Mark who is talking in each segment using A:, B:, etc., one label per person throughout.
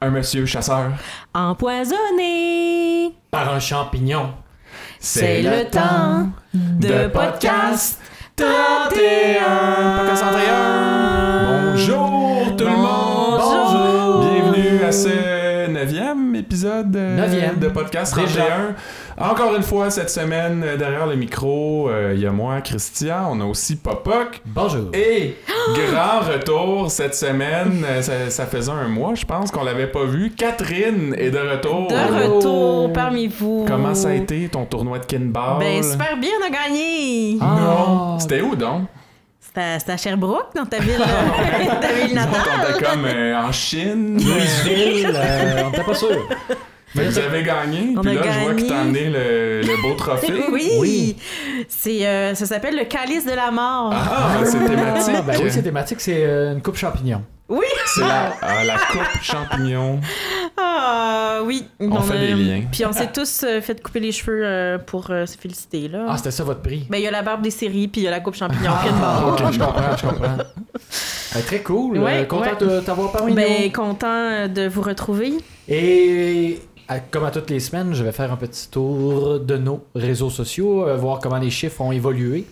A: un monsieur chasseur
B: Empoisonné,
C: Par un champignon.
B: c'est le temps de podcast 31.
A: Podcast 31. Bonjour tout le monde.
B: Bonjour.
A: Bienvenue à ce neuvième épisode euh,
C: Neuvième.
A: de podcast
C: Déjà.
A: 31. Encore une fois cette semaine euh, derrière le micro, euh, il y a moi, Christian, on a aussi Popoc.
C: Bonjour.
A: Et grand retour cette semaine, euh, ça, ça faisait un mois je pense qu'on l'avait pas vu. Catherine est de retour.
B: De retour parmi vous.
A: Comment ça a été ton tournoi de kinball?
B: Ben, super bien, on a gagné.
C: Ah.
A: Non, c'était où donc?
B: C'était à, c'était à Sherbrooke, dans ta ville, euh, ta
C: Ah,
B: ville
A: Donc, on
B: natale.
A: était comme euh, en Chine.
C: Louisville, euh, on était pas sûr.
A: Fait que vous avez gagné.
B: On
A: Puis
B: a
A: là, je vois que
B: gagné.
A: t'as amené le, le beau trophée.
B: Oui,
C: Oui.
B: C'est, euh, ça s'appelle le calice de la mort.
A: Ah, ben, c'est thématique.
C: Ah, ben oui, c'est thématique, c'est euh, une coupe champignon.
B: Oui,
A: C'est la, ah, la coupe champignon.
B: ah oui.
A: On fait
B: a-
A: des liens.
B: Puis on s'est tous euh, fait couper les cheveux euh, pour euh, se féliciter là.
C: Ah, c'était ça votre prix. Ah,
B: ben il y a la barbe des séries puis il y a la coupe champignon. puis
A: Ah.
B: il y a une barbe.
C: ok, je comprends, je comprends. Ben, très cool.
B: Ouais,
C: euh, content de t'avoir parmi
B: Ben
C: nous.
B: content euh, de vous retrouver.
C: Et à- comme à toutes les semaines, je vais faire un petit tour de nos réseaux sociaux, euh, voir comment les chiffres ont évolué.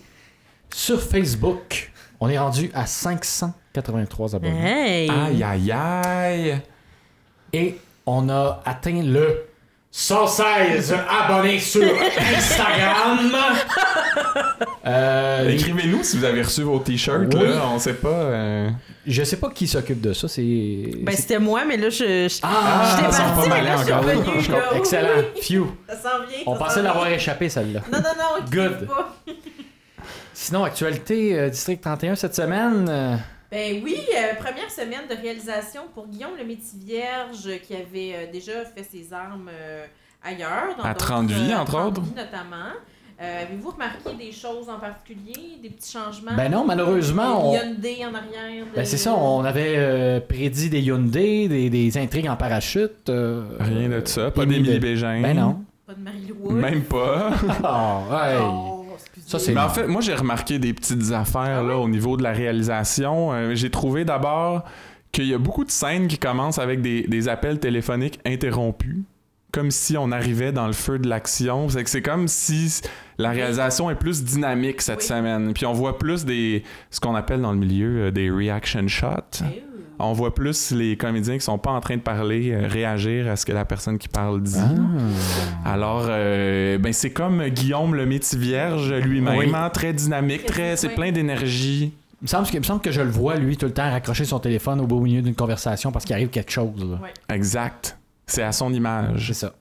C: Sur Facebook, on est rendu à 583 abonnés.
B: Hey.
A: Aïe, aïe, aïe.
C: Et on a atteint le 116 abonnés sur Instagram. Euh,
A: Écrivez-nous si vous avez reçu vos t-shirts.
C: Oui.
A: Là, on sait pas. euh,
C: je sais pas qui s'occupe de ça. C'est.
B: Ben
C: c'est-
B: c'était moi mais là je, je-
C: ah,
B: j'étais
A: ils sont
B: partie
A: pas
B: mais là
A: malins
B: je suis
A: encore.
B: revenue là. Oui,
C: excellent.
B: oui, Euh,
C: Phew.
B: Ça s'en vient.
C: On
B: ça
C: pensait
B: s'en
C: l'avoir
B: vient.
C: écripé celle-là.
B: Non non non.
C: Good.
B: quitte pas.
C: Sinon, actualité euh, District 31 cette semaine. euh,
B: Ben oui, euh, première semaine de réalisation pour Guillaume le Métivierge qui avait euh, déjà fait ses armes euh, ailleurs. Dans
A: À
B: d'autres-
A: 30 vies, entre
B: 30
A: autres.
B: vies notamment. Euh, Avez-vous remarqué des choses en particulier, des petits changements?
C: Ben non, malheureusement, on-
B: Des Hyundai en arrière. de-
C: ben c'est ça, on avait euh, prédit des Hyundai, des, des intrigues en parachute. euh,
A: Rien de ça. Pas
C: Émilie
A: d'Émilie
C: Bé-
A: Bégin.
C: Ben non.
B: Pas de marie
A: Même pas.
C: Ah, ouais.
B: Oh,
C: Ça, c'est-
A: Mais Ben, en fait, moi, j'ai remarqué des petites affaires là, au niveau de la réalisation. Euh, j'ai trouvé d'abord qu'il y a beaucoup de scènes qui commencent avec des, des appels téléphoniques interrompus, comme si on arrivait dans le feu de l'action. C'est que c'est comme si la réalisation est plus dynamique cette
B: Oui.
A: semaine. Puis on voit plus des ce qu'on appelle dans le milieu euh, des reaction shots. On voit plus les comédiens qui sont pas en train de parler euh, réagir à ce que la personne qui parle dit.
C: Ah.
A: Alors, euh, ben c'est comme Guillaume le métier vierge lui-même,
C: Oui.
A: hein, très dynamique, très, c'est
B: Oui.
A: plein d'énergie.
C: Il me, semble, que- il me semble que je le vois, lui, tout le temps raccrocher son téléphone au beau milieu d'une conversation parce qu'il arrive quelque chose. là.
B: Ouais.
A: Exact. C'est à son
C: C'est
A: image.
C: ça.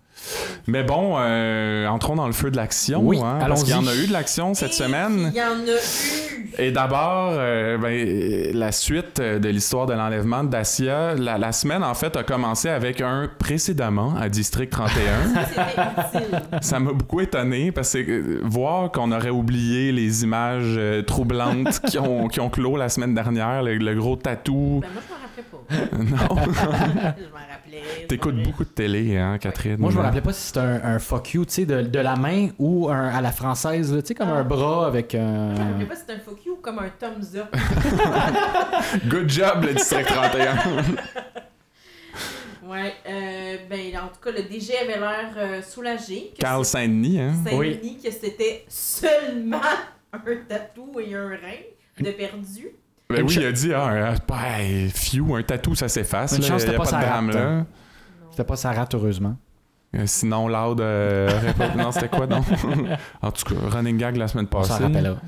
A: Mais bon, euh, entrons dans le feu de l'action.
C: Oui,
A: hein, parce
C: allons-y.
A: qu'il y en a eu de l'action cette semaine.
B: Il y en a eu.
A: Et d'abord, euh, ben, euh, la suite euh, de l'histoire de l'enlèvement de Dacia. La, la semaine, en fait, a commencé avec un précédemment à District 31.
B: Ça, C'était utile.
A: Ça m'a beaucoup étonné parce que euh, voir qu'on aurait oublié les images euh, troublantes qui ont, qui ont clos la semaine dernière, le, le gros tatou.
B: Ben moi, je m'en rappelais pas.
A: non,
B: je m'en rappelais. c'est
A: t'écoutes
B: vrai.
A: beaucoup de télé, hein, Catherine.
C: Moi, je me rappelais pas si c'était un, un fuck you, tu sais, de, de la main ou un, à la française, là, tu sais, comme
B: Ah.
C: un bras avec un.
B: Je me rappelais pas si c'était un fuck you ou comme un thumbs up.
A: Good job, le district 31.
B: Ouais, euh, ben en tout cas, le DG avait l'air euh, soulagé. que
A: Carl Saint-Denis, hein.
B: saint
C: Oui.
B: que c'était seulement un tatou et un rein de perdu.
A: Ben
C: Une
A: oui,
C: cha-
A: il a dit, ah, euh, ben, fiu, un tatou, ça s'efface.
C: Une
A: là,
C: chance,
A: y a
C: c'était
A: pas
C: pas
A: de
C: sa
A: drame,
C: rate, hein.
A: là.
C: C'était pas sa rate, heureusement.
A: Euh, Sinon, Loud euh, aurait pas- Non, c'était quoi, donc? en tout cas, running gag la semaine
C: On
A: passée.
C: s'en rappellera.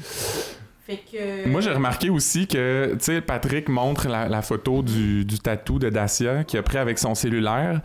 B: Fait que.
A: Moi, j'ai remarqué aussi que, tu sais, Patrick montre la, la photo du, du tatou de Dacia qu'il a pris avec son cellulaire.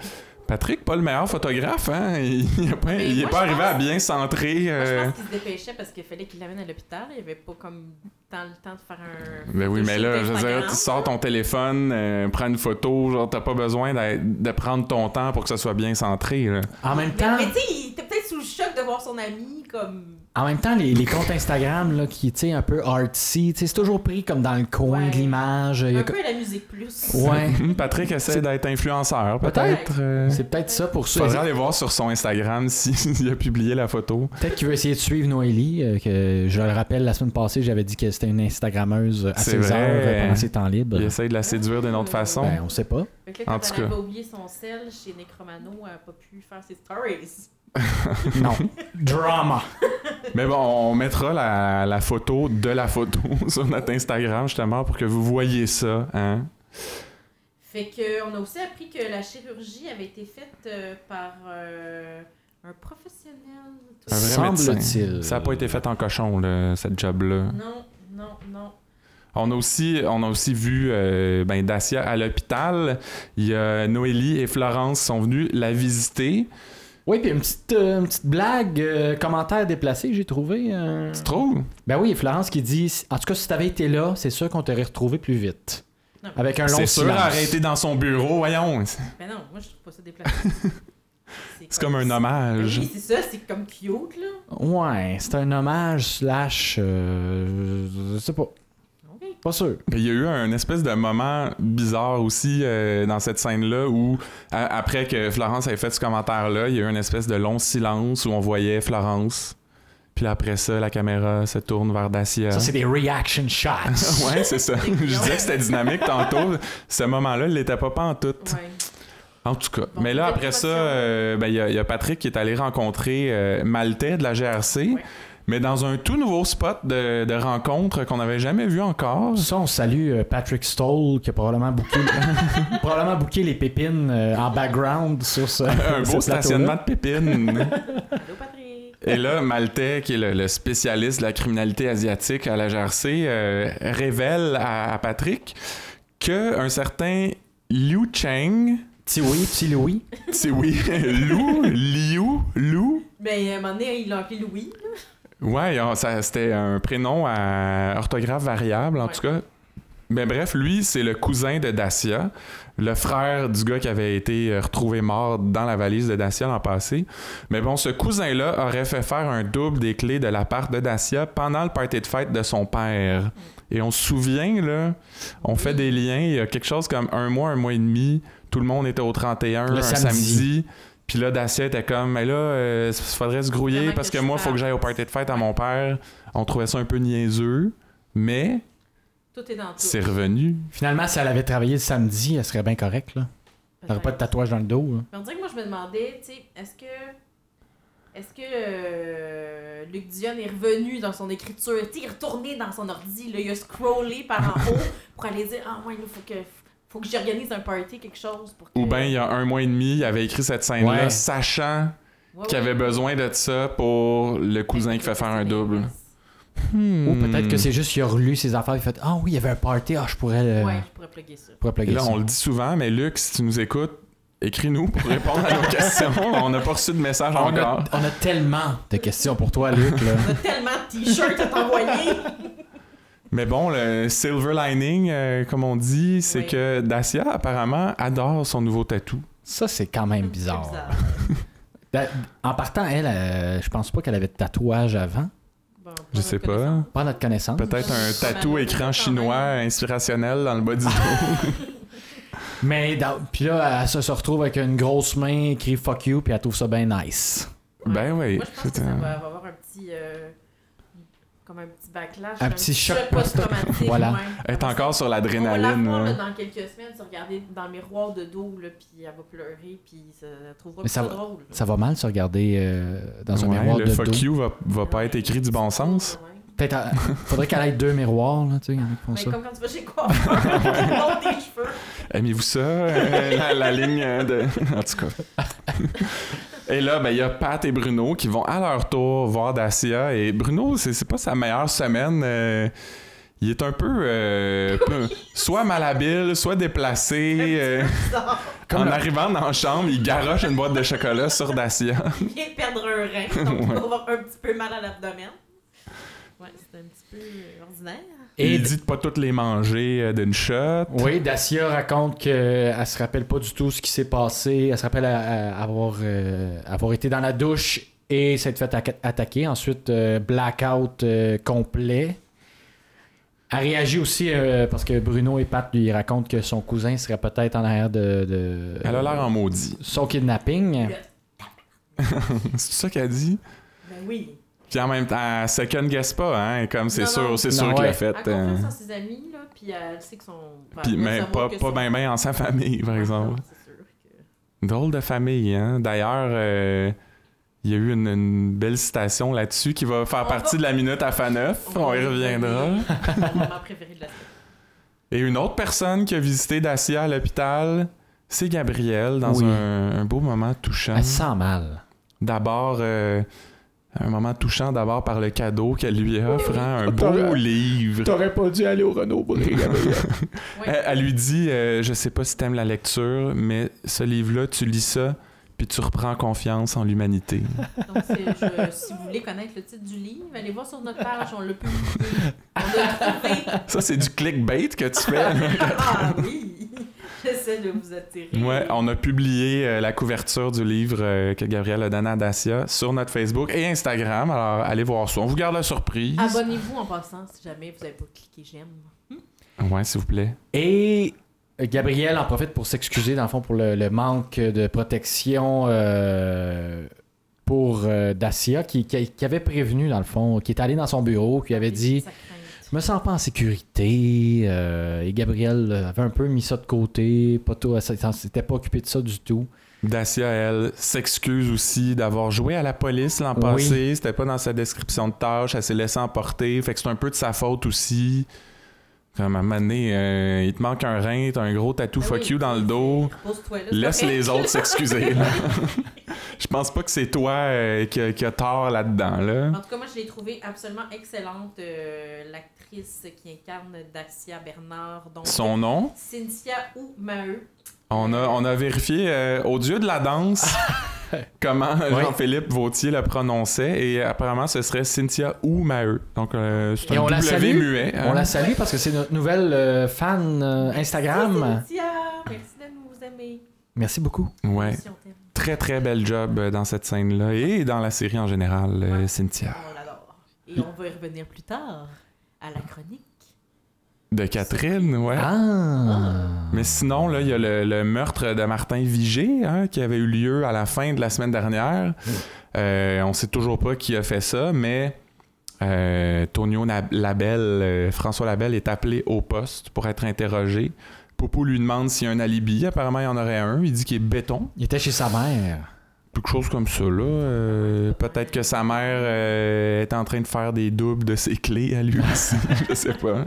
A: Patrick, pas le meilleur photographe, hein? Il n'est pas,
B: Mais
A: il est
B: moi,
A: pas
B: je
A: arrivé
B: pense-
A: à bien centrer.
B: Moi, je
A: euh,
B: pense qu'il se dépêchait parce qu'il fallait qu'il l'amène à l'hôpital. Il avait pas comme tant le temps de faire un.
A: Ben oui,
B: photo
A: mais
B: shoot
A: là, je veux
B: Instagram.
A: dire, tu sors ton téléphone, euh, prends une photo, genre, t'as pas besoin d'être- de prendre ton temps pour que ça soit bien centré, là.
C: En même
B: Mais,
C: temps,
B: mais tu sais, il était peut-être sous le choc de décevoir son ami, comme.
C: En même temps, les, les comptes Instagram là, qui étaient un peu artsy, tu sais, c'est toujours pris comme dans le coin
B: Ouais.
C: de l'image. il y a
B: Un
C: co-
B: peu à la musique plus.
C: Ouais.
A: Hum, Patrick essaie
C: C'est-
A: d'être influenceur,
C: Peut-être.
A: peut-être. euh,
C: C'est peut-être ça pour ça.
A: Faudrait aller voir sur son Instagram s'il a publié la photo.
C: Peut-être qu'il veut essayer de suivre Noélie, euh, que je le rappelle, la semaine passée, j'avais dit que c'était une Instagrammeuse à
A: C'est
C: ses
A: vrai.
C: heures euh, pendant ses temps libres.
A: Il essaie de la séduire d'une autre façon.
C: Ben, on sait pas.
B: Fait que là,
A: En
B: quand
A: tout
B: elle
A: cas.
B: avait oublié son sel chez Necromano, elle n'a pas pu faire ses stories.
C: Non. Drama.
A: Mais bon, on mettra la, la photo de la photo sur notre Instagram justement pour que vous voyez ça. Hein?
B: Fait que on a aussi appris que la chirurgie avait été faite euh, par euh, un professionnel.
A: Un vrai
C: Semble-t-il.
A: médecin. Ça n'a pas été fait en cochon, là, cette job-là.
B: Non, non, non.
A: On a aussi, on a aussi vu euh, ben, Dacia à l'hôpital. Il y a Noélie et Florence sont venues la visiter.
C: Oui, puis une petite, euh, une petite blague, euh, commentaire déplacé, j'ai trouvé. euh.
A: Tu trouves?
C: Ben oui, Florence qui dit En tout cas, si t'avais été là, c'est sûr qu'on t'aurait retrouvé plus vite.
B: Non.
C: Avec un long
A: C'est
C: silence.
A: sûr, arrêté dans son bureau, voyons.
B: Mais ben non, moi je trouve pas ça déplacé.
A: C'est comme un
B: Ben
A: hommage.
B: Oui, c'est ça, c'est comme cute là.
C: Ouais, c'est un hommage, slash. euh, je sais pas.
B: Ok.
C: Pas sûr.
A: Puis Il y a eu un espèce de moment bizarre aussi euh, dans cette scène-là où, a- après que Florence avait fait ce commentaire-là, il y a eu une espèce de long silence où on voyait Florence. Puis là, après ça, la caméra se tourne vers Dacia.
C: Ça, c'est des reaction shots.
A: ouais, c'est ça. Je disais que c'était dynamique tantôt. Ce moment-là, il l'était pas pantoute.
B: Ouais.
A: En tout cas.
B: Bon,
A: Mais là,
B: des
A: après ça,
B: émotions.
A: euh, ben, il y, a- il y a Patrick qui est allé rencontrer euh, Maltais de la GRC,
B: Ouais.
A: mais dans un tout nouveau spot de, de rencontre qu'on n'avait jamais vu encore.
C: Ça, on salue euh, Patrick Stoll qui a probablement booké, probablement booké les pépines euh, en background sur ce.
A: Un
C: ce
A: beau
C: plateau-là.
A: stationnement de pépines.
B: Allô Patrick.
A: Et là, Maltais, qui est le, le spécialiste de la criminalité asiatique à la GRC, euh, révèle à, à Patrick que un certain Liu Cheng,
C: Petit oui, petit Louis.
A: c'est oui, Liu, Liu, Liu,
B: Ben à un moment donné, il l'a appelé Louis. là.
A: Ouais, on- ça- c'était un prénom à orthographe variable, en
B: Ouais.
A: tout cas. Mais bref, lui, c'est le cousin de Dacia, le frère du gars qui avait été euh, retrouvé mort dans la valise de Dacia l'an passé. Mais bon, ce cousin-là aurait fait faire un double des clés de l'appart de Dacia pendant le party de fête de son père. Et on se souvient, là, on fait des liens, il y a quelque chose comme un mois, un mois et demi, tout le monde était au 31,
C: Le
A: un
C: samedi.
A: samedi. Puis là, Dacia était comme, mais là, euh, faudrait se grouiller
B: Vraiment
A: parce
B: que
A: que,
B: je
A: moi, faut que
B: parte.
A: j'aille au party de fête à mon père. On trouvait ça un peu niaiseux, mais
B: Tout est dans tout.
A: c'est revenu.
C: Finalement, si elle avait travaillé le samedi, elle serait bien correcte. là. Elle n'aurait pas de tatouage dans le dos. là.
B: Mais on dirait que moi, je me demandais, tu sais, est-ce que. Est-ce que euh, Luc Dion est revenu dans son écriture? Tu sais, il est retourné dans son ordi, là, il a scrollé par en haut pour aller dire Ah, ouais, il faut que, faut que j'organise un party, quelque chose. Pour que...
A: Ou bien, il y a un mois et demi, il avait écrit cette scène-là,
C: Ouais.
A: sachant
B: Ouais,
A: qu'il
B: ouais.
A: avait besoin de ça pour le cousin qui fait faire un double.
C: Ou
A: Hmm.
C: peut-être que c'est juste qu'il a relu ses affaires et fait Ah oui, il y avait un party, ah, je pourrais, le-
B: Ouais, je pourrais plugger ça.
C: je pourrais plugger
A: Et là,
C: ça.
A: on le dit souvent, mais Luc, si tu nous écoutes, écris-nous pour répondre à nos questions. On n'a pas reçu de message
C: On
A: encore.
C: a, on a tellement de questions pour toi, Luc. là.
B: On a tellement de t-shirts à t'envoyer.
A: Mais bon, le silver lining, euh, comme on dit, c'est
B: Oui.
A: que Dacia, apparemment, adore son nouveau tatou.
C: Ça, c'est quand même
B: C'est
C: bizarre. Ben, En partant, elle, euh, je pense pas qu'elle avait de tatouage avant,
B: Bon,
A: Je sais pas.
C: pas à notre connaissance.
B: Ah,
A: Peut-être un
B: Ça
A: tatou
B: m'a
A: écran
B: quand
A: chinois
B: même.
A: inspirationnel dans le bas du dos.
C: Mais dans- puis là, elle se, se retrouve avec une grosse main, écrit fuck you, puis elle trouve ça bien nice.
A: ben oui.
B: Ah, Moi, je pense que
A: c'est
B: ça
A: un-
B: va va avoir un petit. euh, comme un petit backlash.
C: Un petit choc
B: post-traumatique.
C: Voilà.
B: ouais.
A: Elle est encore sur
B: On
A: l'adrénaline.
B: va la voir, là,
A: là.
B: dans quelques semaines, se regarder dans le miroir de dos, là, puis elle va pleurer, puis ça elle trouvera
C: Mais
B: pas
C: ça
B: ça
C: va-
B: drôle.
C: Ça va mal se regarder euh, dans un
A: Ouais,
C: miroir
A: le
C: de
A: fuck
C: dos.
A: you va, va pas être écrit du bon sens.
B: Ouais.
C: Peut-être, euh, faudrait qu'elle ait deux miroirs, là, tu sais, il y en a qui font
B: Mais
C: ça.
B: comme quand tu vas chez le coiffeur, tu montes tes cheveux.
A: Aimez-vous ça, euh, la, la ligne euh, de... en tout cas. Et là, ben, il y a Pat et Bruno qui vont à leur tour voir Dacia. Et Bruno, c'est c'est pas sa meilleure semaine. euh, il est un peu, euh, peu- soit malhabile, soit déplacé. euh,
B: Ça,
A: en
C: Comme le-
A: arrivant dans la chambre, il garoche une boîte de chocolat sur Dacia.
B: il vient de perdre un rein, donc il va avoir un petit peu mal à l'abdomen. Ouais, c'est un petit peu euh, ordinaire.
A: Et
C: Et
A: il dit de pas toutes les manger euh, d'une shot.
C: Oui, Dacia raconte qu'elle se rappelle pas du tout ce qui s'est passé. Elle se rappelle à- à avoir, euh, avoir été dans la douche et s'être fait atta- attaquer. Ensuite, euh, blackout euh, complet. A réagi aussi euh, parce que Bruno et Pat lui racontent que son cousin serait peut-être en arrière de, de-
A: Elle a l'air en maudit.
C: son kidnapping.
B: Là,
A: C'est ça qu'elle dit.
B: Ben oui.
A: Puis en même temps, elle second guess pas, hein, comme c'est
B: Non, non.
A: sûr, c'est
C: Non,
A: sûr qu'elle
C: ouais.
A: a fait.
B: Elle a
A: euh,
B: confiance en ses amis, là, puis elle sait que son. ben,
A: Puis
B: elle
A: mais
B: savoure
A: pas,
B: que Ah,
A: pas
B: son-
A: bien bien en sa famille, par
B: Ouais,
A: exemple.
B: non, c'est sûr que-
A: Drôle de famille, hein? D'ailleurs, euh, il y a eu une, une belle citation là-dessus qui va faire
B: On
A: partie
B: va-
A: de la minute à FA9. On,
B: va
A: y reviendra.
B: Mon moment préféré de la série.
A: Et une autre personne qui a visité Dacia à l'hôpital, c'est Gabrielle, dans
C: Oui. Ah,
A: un, un beau moment touchant.
C: Elle se sent mal.
A: D'abord, euh, un moment touchant d'abord par le cadeau qu'elle lui offre, hein, un
D: Attends,
A: beau
D: euh,
A: livre.
D: T'aurais pas dû aller au Renault Bré, Gabriel.
B: Oui.
A: Elle, elle lui dit euh, Je sais pas si t'aimes la lecture, mais ce livre-là, tu lis ça, puis tu reprends confiance en l'humanité.
B: Donc, c'est- je- si vous voulez connaître le titre du livre, allez voir sur notre page, on l'a publié. On l'a trouvé.
A: ça, c'est du clickbait que tu fais.
B: Ah oui! J'essaie de vous attirer.
A: Ouais, on a publié euh, la couverture du livre euh, que Gabriel a donné à Dacia sur notre Facebook et Instagram. Alors, allez voir ça. On vous garde la surprise.
B: Abonnez-vous en passant si jamais vous n'avez pas cliqué j'aime.
A: Ouais, s'il vous plaît.
C: Et Gabriel en profite pour s'excuser, dans le fond, pour le, le manque de protection euh, pour euh, Dacia, qui, qui- qui avait prévenu, dans le fond, qui est allé dans son bureau, qui avait dit
B: Sa crainte.
C: Je me sens pas en sécurité. euh, et Gabriel avait un peu mis ça de côté, pas tout, elle s'en- s'était pas occupé de ça du tout.
A: Dacia, elle, s'excuse aussi d'avoir joué à la police l'an
C: Oui.
A: passé. C'était pas dans sa description de tâche. Elle s'est laissée emporter. Fait que c'est un peu de sa faute aussi. Comme à un moment donné, euh, il te manque un rein, t'as un gros tatou
B: Ben
A: fuck
B: oui.
A: you dans le dos.
B: Repose-toi là.
A: Laisse
B: c'est
A: les
B: correct.
A: autres s'excuser. là. Je pense pas que c'est toi euh, qui, a- qui a tort là-dedans. Là.
B: En tout cas, moi, je l'ai trouvée absolument excellente, euh, l'actrice qui incarne Dacia Bernard. Donc,
A: Son nom
B: Cynthia ou Maheu.
A: On a, on a vérifié euh, au dieu de la danse comment Jean-Philippe Vautier le prononçait et apparemment ce serait Cynthia ou Maheu. Donc euh, c'est
C: Et
A: un
C: on la
A: W
C: salue.
A: muet. hein.
C: On la salue parce que c'est notre nouvelle euh, fan euh, Instagram.
B: Cynthia, merci de nous aimer.
C: Merci beaucoup.
A: Ouais.
B: Si on t'aime,
A: Très très bel job euh, dans cette scène-là et dans la série en général, euh,
B: Ouais.
C: Ah.
A: Cynthia.
B: on l'adore. Et on va y revenir plus tard à la chronique.
A: De Catherine, ouais.
C: Ah!
A: Mais sinon, là, il y a le, le meurtre de Martin Vigé hein, qui avait eu lieu à la fin de la semaine dernière. Euh, on sait toujours pas qui a fait ça, mais euh, Tonio Na- Labelle, euh, François Labelle est appelé au poste pour être interrogé. Popo lui demande s'il y a un alibi. Apparemment, il y en aurait un. Il dit qu'il est béton.
C: Il était chez sa mère.
A: Quelque chose comme ça, là. Euh, Peut-être que sa mère euh, est en train de faire des doubles de ses clés à lui aussi. je sais pas.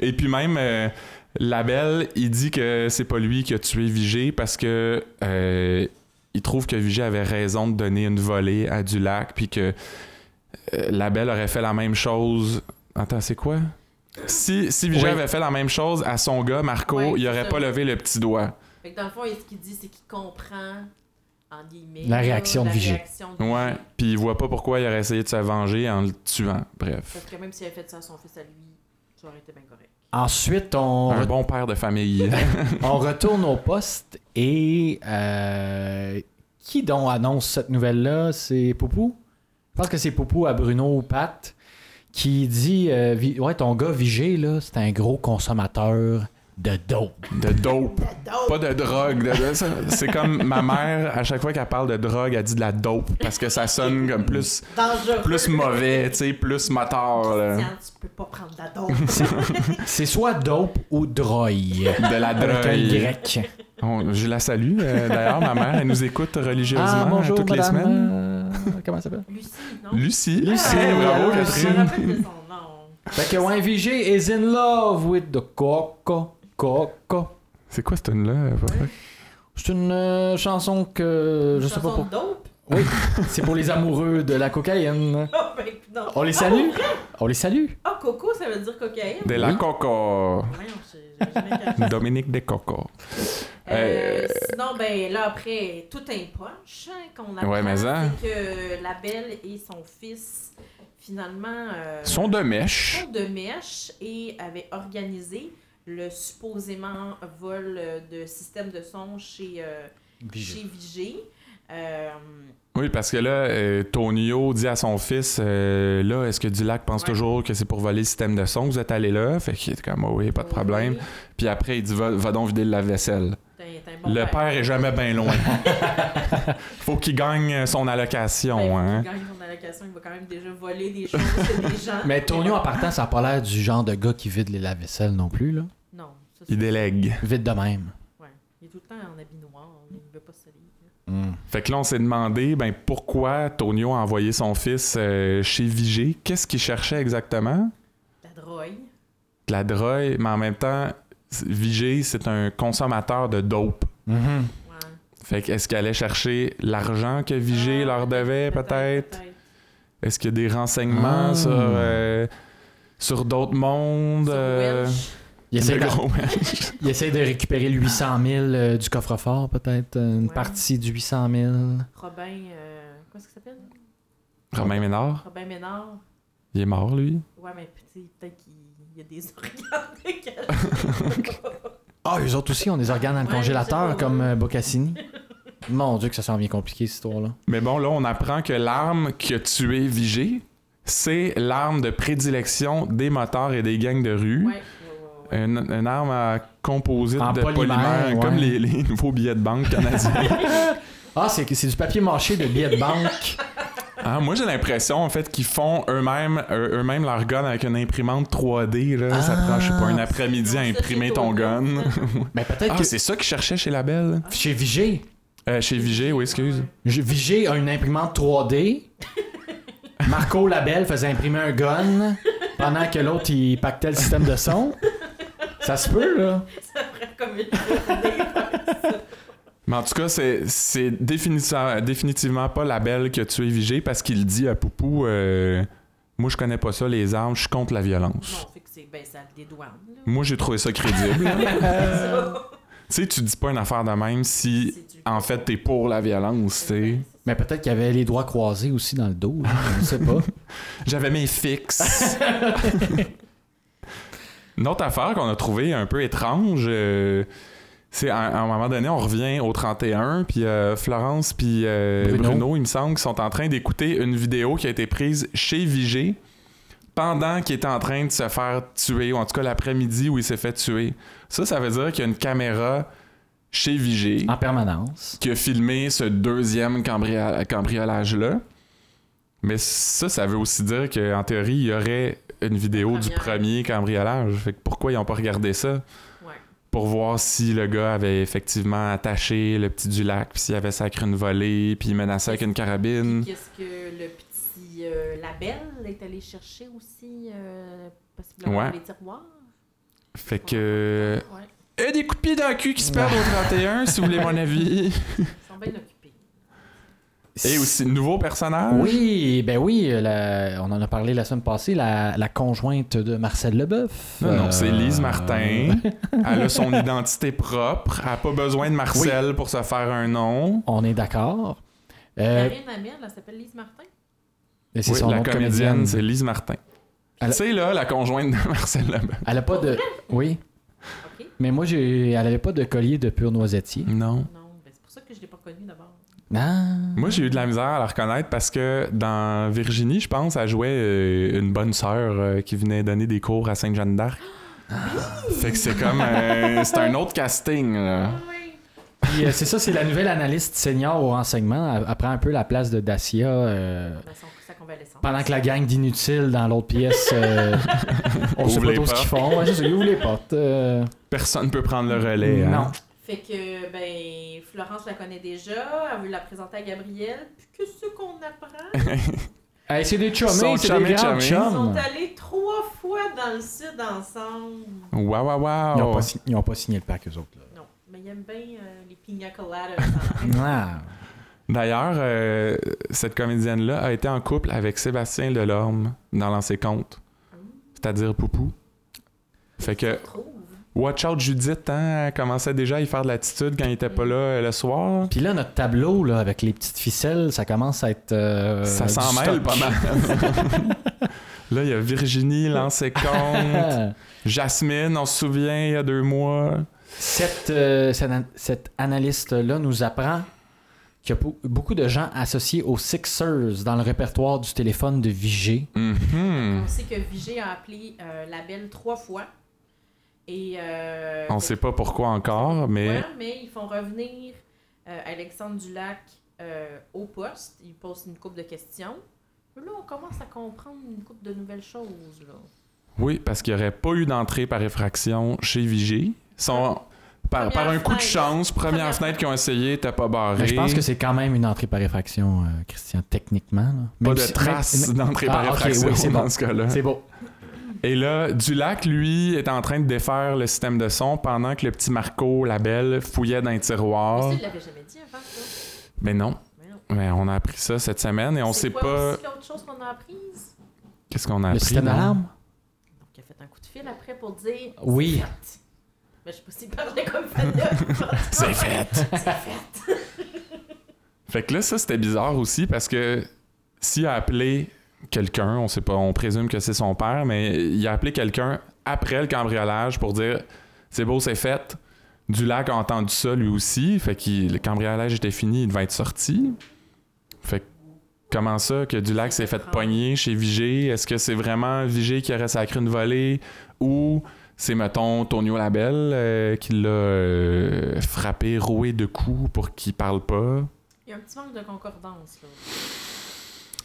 A: Et puis même, euh, Labelle, il dit que c'est pas lui qui a tué Vigée parce que euh, il trouve que Vigée avait raison de donner une volée à Dulac, puis que euh, Labelle aurait fait la même chose. Attends, c'est quoi? Si, si Vigée
C: Oui.
A: avait fait la même chose à son gars, Marco,
B: Ouais,
A: il
B: c'est
A: aurait
B: ça.
A: pas levé le petit doigt.
B: Fait que dans le fond, ce qu'il dit, c'est qu'il comprend, en guillemets,
C: La
B: là,
C: réaction de
B: la
C: Vigée.
B: réaction de
A: Ouais,
B: Vigée.
A: puis il voit pas pourquoi il aurait essayé de se venger en le tuant. Bref.
B: Parce que même s'il avait fait ça à son fils à lui, ça aurait été bien correct.
C: Ensuite, on,
A: Un bon père de famille.
C: on retourne au poste et euh, qui donc annonce cette nouvelle-là? C'est Poupou? Je pense que c'est Poupou à Bruno ou Pat qui dit euh, Vi- Ouais, ton gars Vigé, là, c'est un gros consommateur de dope.
A: de dope. Pas de drogue. de- de- ça- C'est comme ma mère, à chaque fois qu'elle parle de drogue, elle dit de la dope. Parce que ça sonne comme plus,
B: Dangereux.
A: plus mauvais, tu sais, plus moteur. là.
B: Tiens, tu peux pas prendre de la dose.
C: C'est soit dope ou droï.
A: De la
C: Avec un
A: drogue.
C: grec.
A: On- je la salue. euh, D'ailleurs, ma mère, elle nous écoute religieusement
C: Ah, bonjour,
A: hein, toutes
C: madame,
A: les semaines.
C: euh, comment ça s'appelle?
B: Lucie, non?
A: Lucie.
C: Lucie,
A: Ah, bravo,
C: voilà,
B: Je me
A: Catherine.
B: rappelle de son nom.
C: Fait que ouais, Vigé is in love with the coco, coco.
A: C'est quoi cette tune-là? papa?
C: C'est une euh, chanson que je sais pas
B: Chanson
C: pour.
B: dope?
C: Oui, c'est pour les amoureux de la cocaïne.
B: Oh, ben, non.
C: On les salue. On les salue.
B: Ah, coco, ça veut dire cocaïne.
A: De la
C: Oui.
A: coco.
B: Voyons, j'ai- j'ai jamais capté.
A: Dominique de coco.
B: Euh,
A: Euh,
B: sinon, ben là, après, tout un punch hein, qu'on apprend,
A: Ouais, mais ça.
B: c'est que la belle et son fils, finalement, euh,
A: Son de mèche.
B: sont de mèche et avaient organisé le supposément vol euh, de système de son chez, euh, chez Vigée. Euh,
A: Oui, parce que là, euh, Tonio dit à son fils euh, Là, est-ce que Dulac pense
B: Ouais.
A: toujours que c'est pour voler le système de son que vous êtes allé là Fait qu'il est comme Ah Oui, pas de problème.
B: oui,
A: Puis après, il dit Va, va donc vider le lave-vaisselle.
B: t'es- t'es un bon
A: le père est jamais bien loin. Faut qu'il gagne son
B: Ben,
A: allocation, hein.
B: Il gagne son allocation, il va quand même déjà voler des choses que des gens.
C: Mais Tonio, en partant, ça n'a pas l'air du genre de gars qui vide les lave-vaisselle non plus, là.
B: Non, ça, c'est-
A: Il délègue.
C: Vide de même.
B: ouais. Il est tout le temps en habit noir, il veut pas se salir.
C: Hmm.
A: Fait que là, on s'est demandé ben, pourquoi Tonio a envoyé son fils euh, chez Vigée. Qu'est-ce qu'il cherchait exactement
B: La drogue.
A: De la drogue, mais en même temps, c'est- Vigée, c'est un consommateur de dope.
C: Mhm.
B: Ouais.
A: Fait que est-ce qu'il allait chercher l'argent que Vigée
B: Ah,
A: leur devait, peut-être? Est-ce qu'il y a des renseignements
C: Ah.
A: sur, euh, sur d'autres mondes?
B: Sur
A: euh,
B: Welch.
C: Il, essaie
A: le
C: de,
A: gros-
C: il essaie de récupérer le 800 000 euh, du coffre-fort, peut-être. euh, Une
B: Ouais.
C: partie du 800
B: Robin.
C: 000.
B: Euh, comment est-ce qu'il s'appelle
A: Romain Ménard,
B: Robin Ménard.
A: il est mort, lui.
B: Ouais, mais tu sais, peut-être qu'il y a des organes cachés.
C: Ah, eux autres aussi ont des organes dans le
B: Ouais, je
C: congélateur,
B: sais pas,
C: comme
B: ouais.
C: euh, Boccassini. Mon Dieu, que ça sent bien compliqué, cette histoire-là.
A: Mais bon, là, on apprend que l'arme qui a tué Vigée, c'est l'arme de prédilection des motards et des gangs de rue.
B: ouais, ouais, ouais, ouais.
A: Une, une arme à composite
C: En
A: de
C: polymère,
A: polymère,
C: ouais.
A: comme les, les nouveaux billets de banque canadiens.
C: Ah, c'est c'est du papier mâché de billets de banque.
A: Ah, moi, j'ai l'impression, en fait, qu'ils font eux-mêmes euh, eux-mêmes leur gun avec une imprimante 3D. Là. Ça
C: Ah.
A: te prend, je sais pas, un après-midi à
B: Non, ça,
A: imprimer
B: c'est
A: ton
B: autre
A: gun.
C: Mais peut-être
A: ah,
C: que
A: c'est ça qu'ils cherchaient chez la belle?
C: chez Vigée,
A: Euh, chez Vigée, oui, excuse.
C: J- Vigée a une imprimante 3D. Marco Labelle faisait imprimer un gun pendant que l'autre il pactait le système de son. Ça se peut, là.
B: Ça ferait comme une journée.
A: Mais en tout cas, c'est, c'est définitivement, définitivement pas la belle qui a tué Vigée parce qu'il dit à Poupou euh, Moi, je connais pas ça, les armes, je suis contre la violence.
B: Non, fait que c'est ben, ça des douanes.
A: Moi, j'ai trouvé ça crédible. Euh,
B: Là.
A: tu sais, tu dis pas une affaire de même si,
B: C'est du-
A: en fait, t'es pour la violence, tu sais.
C: Mais peut-être qu'il avait les doigts croisés aussi dans le dos. là. Je sais pas.
A: J'avais mes fixes. Une autre affaire qu'on a trouvée un peu étrange, euh, c'est à, à un moment donné, on revient au 31, puis euh, Florence puis euh,
C: Bruno.
A: Bruno. il me semble, qui sont en train d'écouter une vidéo qui a été prise chez Vigée pendant qu'il était en train de se faire tuer, ou en tout cas l'après-midi où il s'est fait tuer. Ça, ça veut dire qu'il y a une caméra chez Vigée
C: En permanence.
A: qui a filmé ce deuxième cambria- cambriolage-là. Mais ça, ça veut aussi dire qu'en théorie, il y aurait une vidéo du
B: Première.
A: premier cambriolage. Fait que pourquoi ils n'ont pas regardé ça?
B: Ouais.
A: Pour voir si le gars avait effectivement attaché le petit du lac, puis s'il avait sacré une volée, puis il menaçait avec une carabine.
B: Puis Qu'est-ce que le petit euh, label est allé chercher aussi, euh, possiblement
A: Ouais.
B: dans les tiroirs?
A: Fait que... euh,
B: Ouais.
A: Et des coups de pied dans le cul qui se perdent au 31, si vous voulez mon avis.
B: Ils sont bien occupés.
A: Et aussi, nouveau personnage.
C: Oui, ben oui, la- on en a parlé la semaine passée, la, la conjointe de Marcel Leboeuf.
A: Non, non,
C: Euh,
A: c'est Lise Martin. Elle a son identité propre. Elle n'a pas besoin de Marcel pour se faire un nom.
C: On est d'accord. Euh,
B: Karine Amel, elle s'appelle Lise Martin.
C: mais c'est
A: Oui,
C: son
A: la
C: nom de
A: comédienne,
C: comédienne.
A: c'est Lise Martin.
C: Elle a-
A: Tu sais, là, la conjointe de Marcel Leblanc.
C: Elle a pas de. Oui,
B: OK?
C: mais moi, j'ai... elle avait pas de collier de pur noisettier.
A: Non.
B: Non, ben c'est pour ça que je l'ai pas connue d'abord.
C: Ah.
A: Moi, j'ai eu de la misère à la reconnaître parce que dans Virginie, je pense, elle jouait euh, une bonne sœur euh, qui venait donner des cours à Sainte-Jeanne d'Arc. Fait que c'est comme. euh, c'est un autre casting, là.
B: Ah oui.
C: Puis, euh, c'est ça, c'est la nouvelle analyste senior au renseignement. Elle, elle prend un peu la place de Dacia euh,
B: Ben, son- sa convalescence.
C: pendant que la gang d'inutiles dans l'autre pièce, euh, on sait
A: Ouvre
C: pas
A: les
C: trop ce qu'ils font. Ouais, c'est ça, ils ouvrent les portes. euh,
A: Personne peut prendre le relais. hein.
C: Non.
B: Fait que, ben, Florence la connaît déjà. Elle veut la présenter à Gabriel. Puis que ce qu'on apprend,
C: Hey, c'est des chummés,
A: Sont
C: c'est des
A: chummés,
C: grands
A: chummés.
B: ils sont
C: chums.
B: allés trois fois dans le sud ensemble.
A: Waouh, waouh,
C: Ils n'ont
A: waouh.
C: pas, si- ils ont pas signé le pack, eux autres. là.
B: Non, mais ils aiment bien euh, les pina coladas. hein.
C: Ah.
A: D'ailleurs, euh, cette comédienne-là a été en couple avec Sébastien Delorme dans Lancer Compte, c'est-à-dire Poupou. Fait que,
B: Trouve.
A: watch out Judith, hein, elle commençait déjà à y faire de l'attitude quand il était pas là euh, le soir.
C: Puis là, notre tableau là, avec les petites ficelles, ça commence à être. euh,
A: ça
C: du
A: s'en mêle
C: stock.
A: pas mal. là, il y a Virginie, Lancer Compte,
C: Ah.
A: Jasmine, on se souvient, il y a deux mois.
C: Cette, euh, cette, an- cette analyste-là nous apprend qu'il y a pou- beaucoup de gens associés aux Sixers dans le répertoire du téléphone de Vigée.
A: Mhm.
C: Mm-hmm.
B: On sait que Vigée a appelé euh, la belle trois fois. Et. euh,
A: On sait pas pourquoi encore, mais
B: Ouais, mais ils font revenir euh, Alexandre Dulac euh, au poste. Ils posent une couple de questions. Là, on commence à comprendre une couple de nouvelles choses. Là.
A: Ah. oui, parce qu'il n'y aurait pas eu d'entrée par effraction chez Vigée. Son- Par, par un coup de
B: fenêtre.
A: chance, première
B: Première
A: fenêtre qu'ils ont essayé, t'as pas barré.
C: Mais je pense que c'est quand même une entrée par effraction, euh, Christian, techniquement. là.
A: pas
C: Même
A: de
C: si-
A: trace
C: même-
A: d'entrée par
C: Ah, ok,
A: effraction
C: oui, c'est bon.
A: dans ce cas-là.
C: C'est beau.
A: Et là, Dulac, lui, est en train de défaire le système de son pendant que le petit Marco, la belle, fouillait dans un
B: Mais
A: tiroir.
B: ça, il l'avait jamais dit avant, ça.
A: Mais non,
B: Mais non.
A: mais on a appris ça cette semaine et on
B: C'est
A: sait
B: quoi
A: pas
B: aussi l'autre chose qu'on a apprise.
A: qu'est-ce qu'on a
C: Le
A: appris.
C: système
A: non?
C: d'alarme?
B: Donc, il a fait un coup de fil après pour dire.
C: Oui.
B: C'est fait. Mais je sais pas s'il parlait comme Fania.
A: C'est fait. Fait que là, ça, c'était bizarre aussi parce que s'il a appelé quelqu'un, on sait pas, on présume que c'est son père, mais il a appelé quelqu'un après le cambriolage pour dire c'est beau, c'est fait. Dulac a entendu ça lui aussi. Fait que le cambriolage était fini, il devait être sorti. Fait que comment ça que Dulac s'est fait pogner chez Vigée? Est-ce que c'est vraiment Vigée qui aurait sacré une volée ou c'est, mettons, Tonio Labelle euh, qui l'a euh, frappé, roué de coups pour qu'il parle pas?
B: Il y a un petit manque de concordance. Là.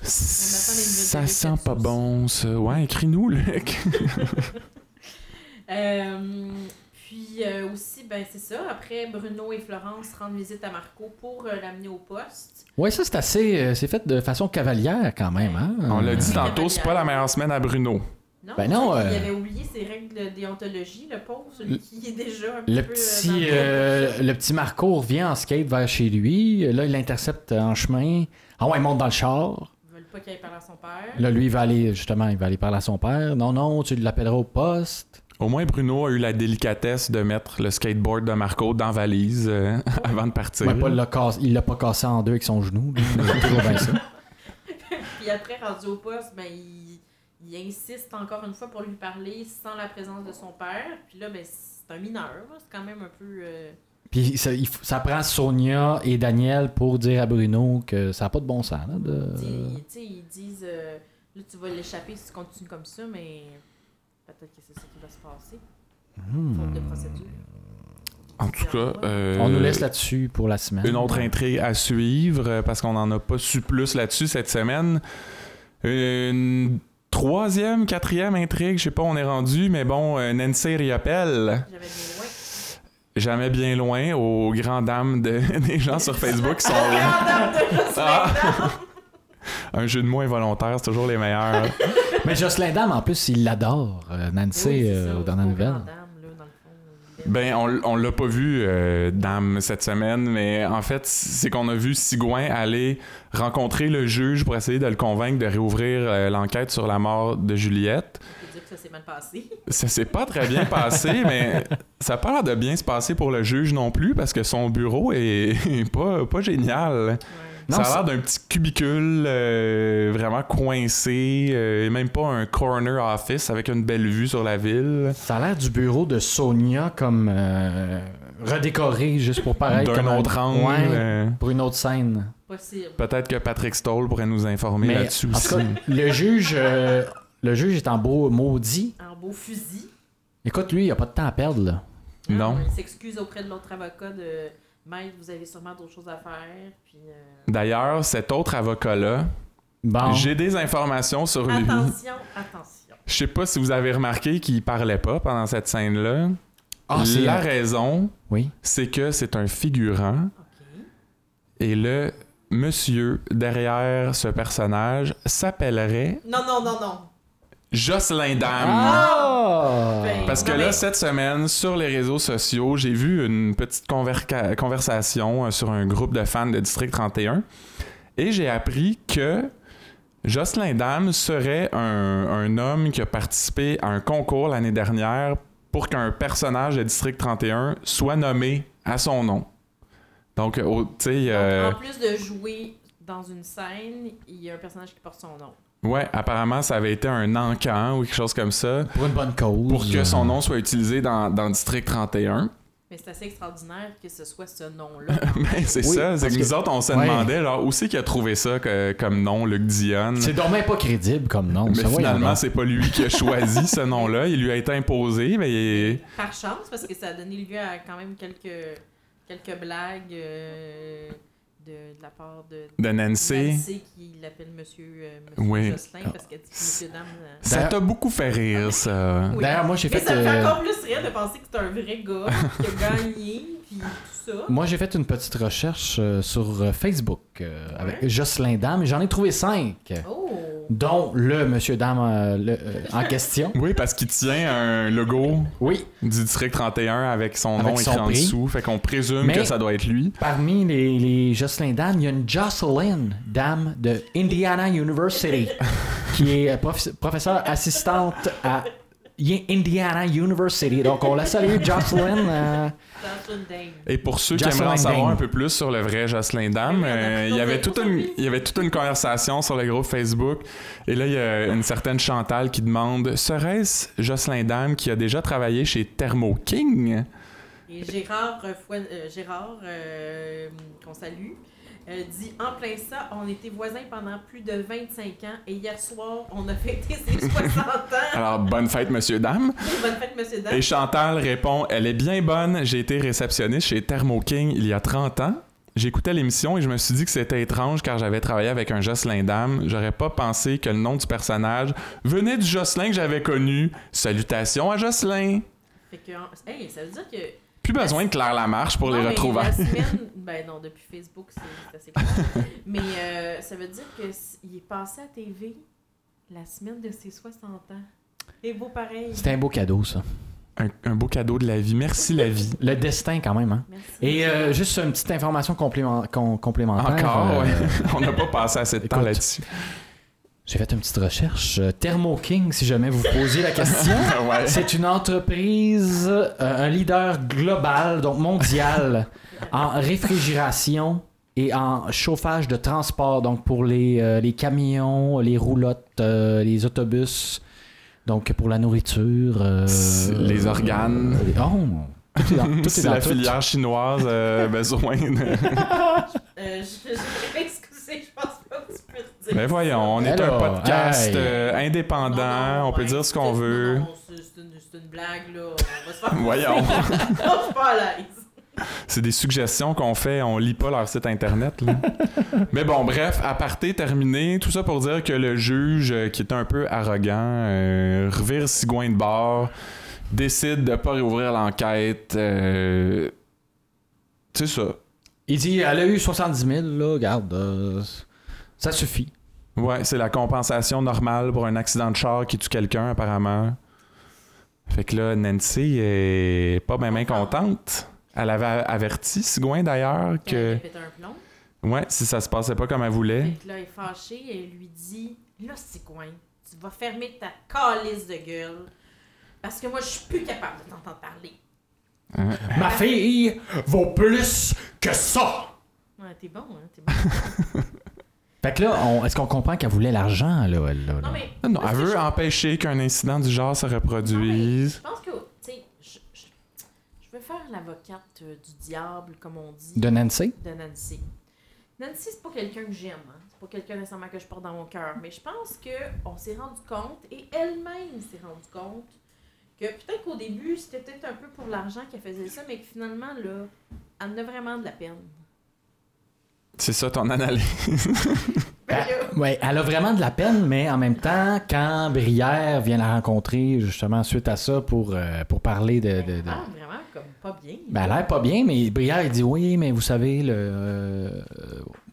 A: Ça
B: nouvelles
A: sent pas
B: aussi.
A: bon, ça. Ouais, écris-nous, Luc.
B: Euh, puis euh, aussi, ben c'est ça. Après, Bruno et Florence rendent visite à Marco pour euh, l'amener au poste.
C: Oui, ça, c'est assez. euh, c'est fait de façon cavalière quand même. hein?
A: On l'a dit
B: dans-
A: tantôt, c'est pas la meilleure semaine à Bruno.
B: Non,
C: Ben non,
B: il
C: euh,
B: avait oublié ses règles de déontologie, le pauvre, celui
C: Le-
B: qui est déjà un
C: Le
B: peu. euh,
C: petit,
B: dans le-
C: euh, le petit Marco revient en skate vers chez lui. Là, il l'intercepte en chemin. Ah ouais, il monte dans le char.
B: Ils veulent pas qu'il aille parler à son père.
C: Là, lui, il va aller, justement, il va aller parler à son père. Non, non, tu l'appelleras au poste.
A: Au moins, Bruno a eu la délicatesse de mettre le skateboard de Marco dans valise euh, avant de partir.
C: Ouais, Paul l'a cassé- il l'a pas cassé en deux avec son genou. là. Il a toujours bien ça.
B: Puis après, rendu au poste, ben il, il insiste encore une fois pour lui parler sans la présence de son père. Puis là, ben c'est un mineur, là. c'est quand même un peu. euh,
C: Puis ça, il faut- ça prend Sonia et Daniel pour dire à Bruno que ça n'a pas de bon sens. là, Ah, de-
B: Tu sais, ils- tu sais, ils disent euh, là, tu vas l'échapper si tu continues comme ça, mais peut-être que c'est ça qui va se passer.
C: Hmm.
B: Faute de procédure.
A: En tout cas, euh,
C: On nous laisse là-dessus pour la semaine.
A: une autre intrigue à suivre euh, parce qu'on n'en a pas su plus là-dessus cette semaine. Une troisième, quatrième intrigue, je sais pas, on est rendu, mais bon, euh, Nancy Riopelle.
B: J'avais des loin.
A: jamais bien loin aux grands dames de- des gens sur Facebook qui sont
B: Madame de
A: Ah!
B: Jocelyn Dame!
A: un jeu de mots involontaire, c'est toujours les meilleurs.
C: Mais Jocelyn Dame, en plus, il l'adore, euh, Nancy,
B: Oui, c'est
C: euh,
B: ça,
C: aux dernières
B: pauvre
C: nouvelles.
B: madame, là, dans le fond, elle-
A: Ben, on, on l'a pas vu, euh, dame, cette semaine, mais en fait, c'est qu'on a vu Sigouin aller rencontrer le juge pour essayer de le convaincre de réouvrir euh, l'enquête sur la mort de Juliette.
B: on peut dire que ça s'est mal passé.
A: Ça s'est pas très bien passé, mais ça a pas l'air de bien se passer pour le juge non plus, parce que son bureau est, est pas, pas génial.
C: Non,
A: ça a
C: ça-
A: l'air d'un petit cubicule euh, vraiment coincé, euh, et même pas un corner office avec une belle vue sur la ville.
C: Ça a l'air du bureau de Sonia comme euh, redécoré juste pour pareil.
A: D'un
C: comme un-
A: autre angle.
C: Ouais,
A: euh,
C: pour une autre scène.
B: Possible.
A: Peut-être que Patrick Stoll pourrait nous informer là-dessus
C: en
A: aussi.
C: tout cas, le juge, euh, le juge est en beau maudit.
B: En beau fusil.
C: Écoute, lui, il a pas de temps à perdre. là.
B: Hein,
A: Non.
B: Il s'excuse auprès de l'autre avocat de Maître, vous avez sûrement d'autres choses à faire. Puis, euh,
A: D'ailleurs, cet autre avocat-là,
C: Bon.
A: j'ai des informations sur lui.
B: Attention, attention.
A: Je sais pas si vous avez remarqué qu'il parlait pas pendant cette scène-là.
C: Ah, c'est-
A: La raison,
C: Oui.
A: c'est que c'est un figurant
B: OK.
A: et le monsieur derrière ce personnage s'appellerait
B: Non, non, non, non.
A: Jocelyn Dame.
C: Ah!
B: Ben,
A: Parce que
B: non,
A: là,
B: mais-
A: cette semaine, sur les réseaux sociaux, j'ai vu une petite converca- conversation euh, sur un groupe de fans de District 31 et j'ai appris que Jocelyn Dame serait un, un homme qui a participé à un concours l'année dernière pour qu'un personnage de District 31 soit nommé à son nom. Donc, euh, au- tu sais, euh,
B: Donc, En plus de jouer dans une scène, il y a un personnage qui porte son nom.
A: ouais, apparemment, ça avait été un encan ou quelque chose comme ça.
C: Pour une bonne cause.
A: pour que son nom soit utilisé dans, dans District 31.
B: Mais c'est assez extraordinaire que ce soit ce nom-là.
A: Ben, c'est
C: Oui,
A: ça. C'est
C: parce
A: que nous
C: que-
A: autres, on se
C: Ouais.
A: demandait, genre, où c'est qu'il a trouvé ça que- comme nom, Luc Dion?
C: C'est dommage pas crédible comme nom. ça,
A: Mais
C: voyons
A: finalement,
C: donc.
A: c'est pas lui qui a choisi ce nom-là. Il lui a été imposé, mais il-
B: Par chance, parce que ça a donné lieu à quand même quelques, quelques blagues euh, de, de la part de
A: de Nancy.
B: Nancy qui l'appelle Monsieur, euh, monsieur
A: Oui. Ah.
B: Jocelyn parce qu'elle dit que Monsieur Dame. euh,
A: Ça
C: Ben-
A: t'a beaucoup fait rire, ça.
B: oui.
C: D'ailleurs, moi, j'ai
B: Mais
C: fait,
B: ça me fait
C: euh,
B: encore plus rire de penser que c'est un vrai gars qui a gagné, puis tout ça.
C: moi, j'ai fait une petite recherche euh, sur euh, Facebook euh, avec Jocelyn Dame et j'en ai trouvé cinq,
B: Oh!
C: dont le monsieur Dame euh, le, euh, en question.
A: Oui, parce qu'il tient un logo
C: Oui,
A: du District 31 avec son
C: Avec
A: nom
C: son
A: écrit en
C: prix.
A: dessous. Fait qu'on présume
C: Mais-
A: que ça doit être lui.
C: parmi les, les Jocelyn Dame, il y a une Jocelyn Dame de Indiana University qui est euh, prof- professeure assistante à I- Indiana University. Donc, on la salue, Jocelyn. euh,
B: Dans une dingue.
A: Et pour ceux qui
C: Jocelyn
A: aimeraient en savoir
C: Dame.
A: un peu plus sur le vrai Jocelyn Dame,
B: Oui, on a
A: euh,
B: tout
A: il, y avait
B: fait pour
A: toute
B: ça,
A: une,
B: oui.
A: il y avait toute une conversation sur le groupe Facebook. Et là, il y a une certaine Chantal qui demande Serait-ce Jocelyn Dame qui a déjà travaillé chez Thermo King
B: Et Gérard, euh, Foin- euh, Gérard euh, qu'on salue, euh, dit En plein ça, on était voisins pendant plus de 25 ans et hier soir, on a fêté ses 60 ans.
A: Alors, bonne fête, monsieur, dame.
B: Bonne fête, monsieur Dan.
A: Ah. Et Chantal répond Elle est bien bonne. J'ai été réceptionniste chez Thermo King il y a 30 ans. J'écoutais l'émission et je me suis dit que c'était étrange car j'avais travaillé avec un Jocelyn Dame. J'aurais pas pensé que le nom du personnage venait du Jocelyn que j'avais connu. Salutations à Jocelyn.
B: Fait que, en- hey, ça veut dire que.
A: Plus besoin de Claire Lamarche pour
B: Non,
A: les
B: mais
A: retrouvailles.
B: La semaine, ben non, depuis Facebook, c'est c'est assez clair. mais euh, ça veut dire qu'il est passé à TV la semaine de ses 60 ans. Et beau pareil.
C: C'était un beau cadeau, ça.
A: Un, un beau cadeau de la vie. Merci la vie.
C: Le destin, quand même. Hein?
B: Merci.
C: Et euh, juste une petite information complément- com- complémentaire.
A: Encore,
C: euh,
A: ouais. on n'a pas passé assez de temps
C: Écoute.
A: là-dessus.
C: J'ai fait une petite recherche. Euh, Thermo King, si jamais vous posiez la question.
A: Ouais.
C: C'est une entreprise, euh, un leader global, donc mondial, en réfrigération et en chauffage de transport, donc pour les, euh, les camions, les roulottes, euh, les autobus, donc pour la nourriture. euh,
A: C'est- les organes.
C: euh, oh, tout est dans, tout est
A: C'est
C: dans
A: la
C: tout.
A: filière chinoise euh, besoin de...
B: Euh, je, je vais m'excuser, je pense pas que tu peux te dire.
A: Mais Ben voyons, on est un
C: Alors,
A: podcast
C: hey.
A: euh,
B: Non,
A: indépendant,
B: non,
A: on peut
B: ouais,
A: dire ce qu'on
B: c'est-
A: veut.
B: non, non, c'est c'est une, c'est une blague, là. On va se faire.
A: Voyons,
B: Non, je suis pas à l'aise.
A: c'est des suggestions qu'on fait, on lit pas leur site internet. là. Mais bon, bref, aparté terminé, tout ça pour dire que le juge, euh, qui est un peu arrogant, euh, revire Sigouin de bord, décide de pas réouvrir l'enquête. euh, C'est ça.
C: Il dit, elle a eu 70 000, là, regarde, euh, ça suffit.
A: Ouais, c'est la compensation normale pour un accident de char qui tue quelqu'un, apparemment. Fait que là, Nancy est pas bien contente. Elle avait averti Sigouin, d'ailleurs,
B: Elle
A: que...
B: a pété un plomb.
A: Ouais, si ça se passait pas comme elle voulait.
B: Fait que là, elle est fâchée et elle lui dit Là, c'est quoi Tu vas fermer ta calice de gueule. Parce que moi, je suis plus capable de t'entendre parler.
C: Ma fille vaut plus que ça!
B: Ouais, t'es bon, hein, t'es bon.
C: Fait que là, on- est-ce qu'on comprend qu'elle voulait l'argent, là, elle, là, là?
B: Non, mais.
A: Non, non, elle
B: parce que
A: veut
B: je-
A: empêcher qu'un incident du genre se reproduise.
B: Je pense que, tu sais, je, je, je veux faire l'avocate euh, du diable, comme on dit.
C: De Nancy?
B: de Nancy. Nancy, c'est pas quelqu'un que j'aime, hein. c'est pas quelqu'un nécessairement que je porte dans mon cœur, mais je pense que on s'est rendu compte, et elle-même s'est rendu compte, que peut-être qu'au début, c'était peut-être un peu pour l'argent qu'elle faisait ça, mais que finalement, là, elle en a vraiment de la peine.
A: C'est ça ton analyse.
B: Ben, là,
C: Ah, ouais, elle a vraiment de la peine, mais en même temps, quand Brière vient la rencontrer, justement, suite à ça, pour, euh, pour parler de. de- de-
B: elle parle vraiment comme pas bien.
C: Ben, elle a l'air pas bien, mais Brière, il dit oui, mais vous savez, le. euh,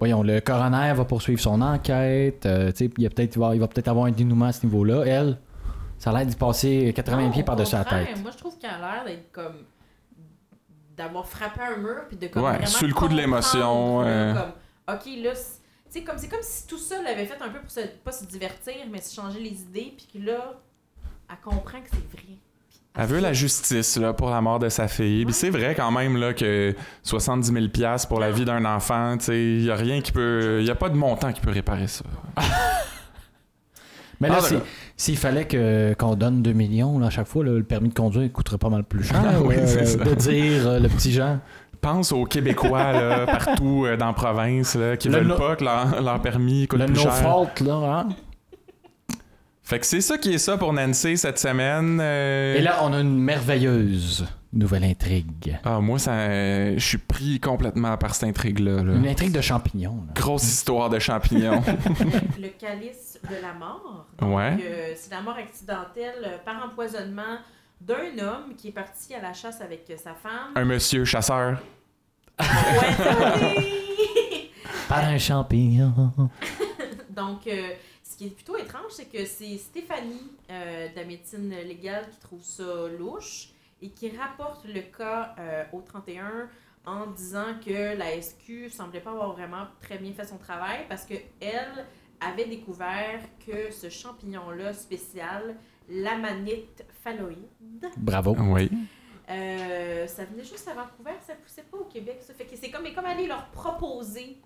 C: voyons, le coroner va poursuivre son enquête. euh, tu sais, il, y a peut-être- il va, il va peut-être avoir un dénouement à ce niveau-là. Elle, ça a l'air d'y passer 80
B: Non,
C: pieds
B: au
C: par-dessus la
B: contraire,
C: tête.
B: Moi, je trouve qu'elle a l'air d'être comme. d'avoir frappé un mur, puis de comme.
A: Ouais,
B: vraiment
A: sous le coup de l'émotion.
B: comprendre, là,
A: euh,
B: Comme, ok, là, c'est tu sais, comme, c'est comme si tout ça l'avait fait un peu pour se, pas se divertir, mais se changer les idées, puis que là, elle comprend que c'est vrai. Puis
A: Elle veut la justice là, pour la mort de sa fille. Puis c'est vrai quand même là, que 70 000 piastres pour la vie d'un enfant, il n'y a rien qui peut... Il a pas de montant qui peut réparer ça.
C: Mais ben là,
A: Ah,
C: si-
A: d'accord.
C: s'il fallait que- qu'on donne 2 millions là, à chaque fois, là, le permis de conduire coûterait pas mal plus cher.
A: Ah oui,
C: euh,
A: c'est ça.
C: De dire euh, le petit Jean.
A: Pense aux Québécois là, partout euh, dans la province là, qui
C: Le
A: veulent
C: no-
A: pas que leur, leur permis coûte
C: Le
A: plus
C: no
A: cher.
C: fault, là, hein?
A: Fait que c'est ça qui est ça pour Nancy cette semaine. euh,
C: Et là, on a une merveilleuse nouvelle intrigue.
A: Ah, moi, ça, euh, je suis pris complètement par cette intrigue-là. là.
C: Une intrigue de champignons. là.
A: Grosse histoire de champignons.
B: le calice de la mort.
A: ouais.
B: que c'est la mort accidentelle euh, par empoisonnement d'un homme qui est parti à la chasse avec euh, sa femme.
A: Un monsieur chasseur.
B: Ouais, oui!
C: Par un champignon.
B: Donc, euh, ce qui est plutôt étrange, c'est que c'est Stéphanie euh, de la médecine légale qui trouve ça louche et qui rapporte le cas euh, au 31 en disant que la SQ semblait pas avoir vraiment très bien fait son travail parce que elle avait découvert que ce champignon-là spécial, l'amanite phalloïde,
C: Bravo.
A: Oui.
B: Euh, ça venait juste à Vancouver, ça poussait pas au Québec. Ça fait que c'est comme, mais comme aller leur proposer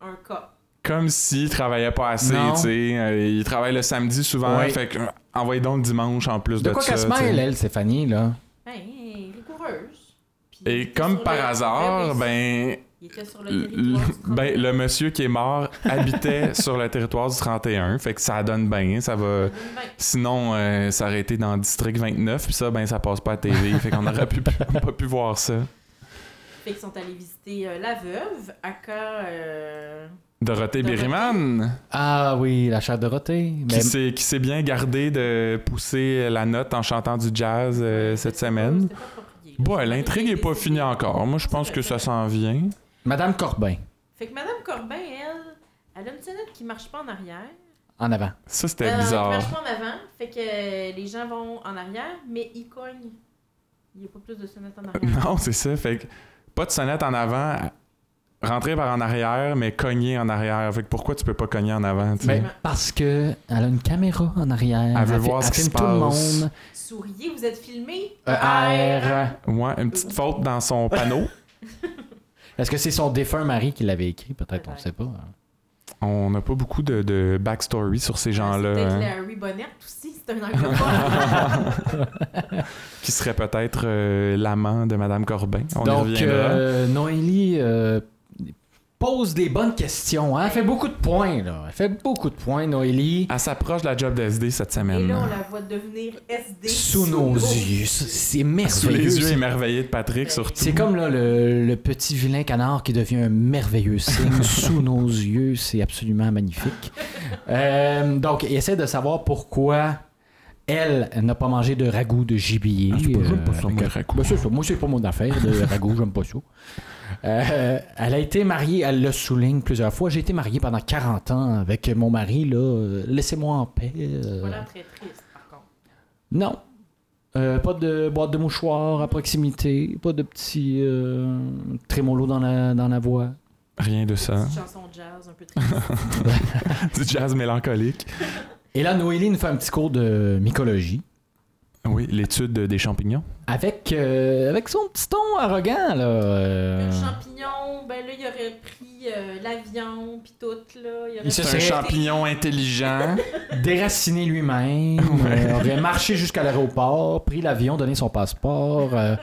B: un cas.
A: Comme s'il travaillait pas assez,
C: Non.
A: tu sais. euh, il travaille le samedi souvent,
C: Ouais.
A: fait que euh, envoyez donc le dimanche en plus de,
C: De quoi
A: ça.
C: qu'elle se
A: tu sais.
C: mêle, elle, Stéphanie, là?
B: Ben, rigoureuse. Puis il
A: Et
B: était
A: comme
B: sur
A: par
B: le-
A: hasard,
B: oui,
A: ben,
B: Il était sur le
A: l-
B: territoire. du
A: ben,
B: Tremblant.
A: le monsieur qui est mort habitait sur le territoire du 31, fait que ça donne bien, ça va.
B: Ben,
A: Sinon, euh, ça aurait été dans District 29, puis ça, ben, ça passe pas à TV, fait qu'on aurait pu, pas pu voir ça.
B: fait qu'ils sont allés visiter euh, la veuve, aka. euh,
A: Dorothée
B: Dorothée.
A: Berryman,
C: Ah oui, la chair de Dorothée.
A: qui s'est- qui s'est bien gardée de pousser la note en chantant du jazz euh, cette
B: c'était pas-
A: semaine.
B: c'était pas approprié, là.
A: Bon,
B: Ça
A: l'intrigue
B: avait
A: est
B: été
A: pas
B: décidé.
A: finie encore. Moi, je pense que ça s'en vient.
C: Madame Corbin,
B: Fait que Madame Corbin, elle, elle a une sonnette qui marche pas en arrière.
C: en avant.
A: Ça,
B: Euh,
A: c'était
B: Il
A: bizarre.
B: marche pas en avant, fait que euh, les gens vont en arrière, mais ils cognent. Il n'y a pas plus de sonnettes en arrière.
A: Non, c'est ça. Fait que pas de sonnette en avant, rentrer par en arrière, mais cogner en arrière. Fait que pourquoi tu peux pas cogner en avant, tu sais?
C: Ben, parce que elle a une caméra en arrière.
A: Elle veut
C: fi-
A: voir ce qui
C: filme
A: se
C: tout le
A: passe.
C: monde.
B: Souriez, vous êtes filmé.
C: Euh, R.
A: Ouais, une petite faute dans son panneau.
C: Est-ce que c'est son défunt mari qui l'avait écrit? Peut-être, on ne
B: Peut-être.
C: sait pas.
A: On n'a pas beaucoup de, de backstory sur
B: Ah,
A: ces gens-là,
B: C'est peut-être
A: hein, Ah,
B: Larry Bonnet aussi, c'est un anglophone.
A: qui serait peut-être euh, l'amant de Madame Corbin. On y
C: Donc,
A: reviendra.
C: euh, Noélie euh, pose des bonnes questions. hein. Elle fait beaucoup de points, là. Elle fait beaucoup de points, Noélie.
A: Elle s'approche de la job d'SD cette
B: Et
A: semaine.
B: là, on la voit devenir SD.
C: Sous nos yeux. C'est- C'est
A: Sous les yeux
C: merveilleux.
A: émerveillés de Patrick, surtout.
C: C'est comme là, le, le petit vilain canard qui devient un merveilleux signe sous nos yeux. C'est absolument magnifique. Euh, donc, il essaie de savoir pourquoi elle, elle n'a pas mangé de ragoût de gibier.
A: Ah, c'est pas- j'aime pas ça,
C: euh, avec
A: moi,
C: un-
A: le ragoût.
C: Ben, c'est ça. moi, c'est pas mon affaire de ragoût, j'aime pas ça. Euh, elle a été mariée, elle le souligne plusieurs fois. J'ai été mariée pendant 40 ans avec mon mari, là. Euh, Laissez-moi en paix. euh.
B: Voilà, très triste, par contre.
C: Non. Euh, pas de boîte de mouchoirs à proximité, pas de petit euh, trémolo dans la, dans la voix.
A: Rien de ça.
B: Petite chanson jazz, un peu triste.
A: du jazz mélancolique.
C: Et là, Noélie nous fait un petit cours de mycologie
A: Oui, l'étude des champignons.
C: avec, euh, avec son petit ton arrogant. Là, euh.
B: Le champignon, ben là, il aurait pris euh, l'avion, puis tout, là. Il, aurait
C: Il se
B: pris-
A: C'est un
C: serait-
A: champignon intelligent.
C: Déraciné lui-même, euh, aurait marché jusqu'à l'aéroport, pris l'avion, donné son passeport. euh,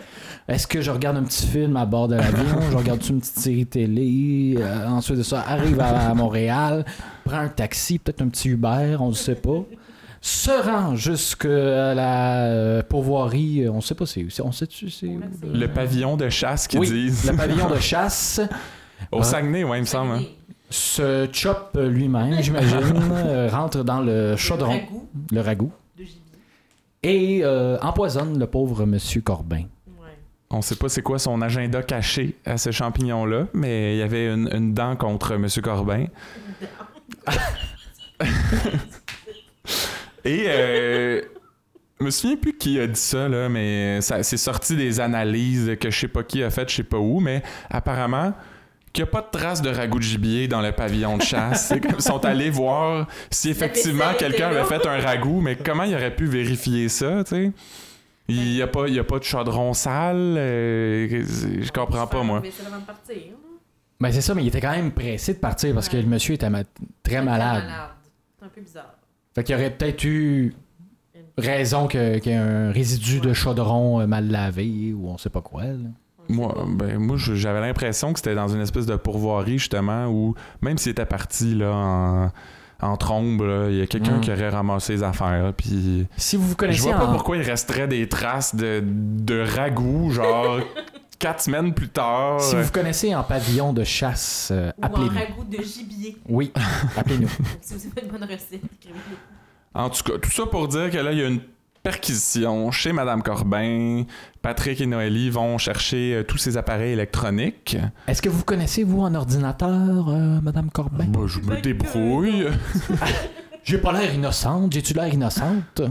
C: Est-ce que je regarde un petit film à bord de l'avion Je regarde une petite série télé Euh, Ensuite de ça, arrive à, à Montréal, prend un taxi, peut-être un petit Uber, on ne sait pas. Se rend jusqu'à la euh, pourvoirie, euh, on ne sait pas c'est où. c'est- On sait-tu c'est où? euh?
A: le pavillon de chasse qu'ils
C: Oui,
A: disent.
C: le pavillon de chasse.
A: Au Saguenay, ouais, il me semble. hein.
C: Se chope lui-même, j'imagine, euh, rentre dans le chaudron,
B: ragoût
C: le ragoût.
B: de gibier.
C: et euh, empoisonne le pauvre monsieur Corbin.
B: Ouais.
A: On sait pas c'est quoi son agenda caché à ce champignon-là, mais il y avait une, une dent contre M. Corbin. Et euh, je me souviens plus qui a dit ça, là, mais ça, c'est sorti des analyses que je sais pas qui a fait, je sais pas où, mais apparemment qu'il n'y a pas de trace de ragoût de gibier dans le pavillon de chasse. C'est comme ils sont allés voir si effectivement
B: vaisselle était
A: quelqu'un avait
B: là.
A: fait un ragoût, mais comment il aurait pu vérifier ça, tu sais? Il n'y a, pas- il y a pas de chaudron sale. euh, je je comprends pas, moi.
B: Mais c'est avant de partir. là.
C: Ben c'est ça, mais il était quand même pressé de partir parce que
B: Ouais.
C: le monsieur était ma- très
B: C'est
C: malade.
B: malade. C'est un peu bizarre.
C: Fait qu'il y aurait peut-être eu raison que- qu'il y ait un résidu de chaudron euh, mal lavé ou on sait pas quoi. là.
A: Moi, ben, moi je- j'avais l'impression que c'était dans une espèce de pourvoirie, justement, où même s'il était parti là, en, en trombe, là, il y a quelqu'un
C: Mm.
A: qui aurait ramassé les affaires. là, Puis
C: Si vous vous
A: je
C: connaissez
A: vois pas
C: en-
A: pourquoi il resterait des traces de, de ragoût, genre quatre semaines plus tard.
C: Si vous vous connaissez en pavillon de chasse, euh,
B: Ou en
C: appelez-nous.
B: ragoût de gibier.
C: Oui, appelez-nous.
B: Donc, si vous avez une bonne recette, écrivez-le.
A: En tout cas, tout ça pour dire que là, il y a une perquisition chez Madame Corbin. Patrick et Noélie vont chercher euh, tous ces appareils électroniques.
C: Est-ce que vous connaissez, vous, en ordinateur, euh, Madame Corbin?
A: Bah, je me
B: Ben,
A: débrouille.
C: J'ai pas l'air innocente. J'ai-tu l'air innocente?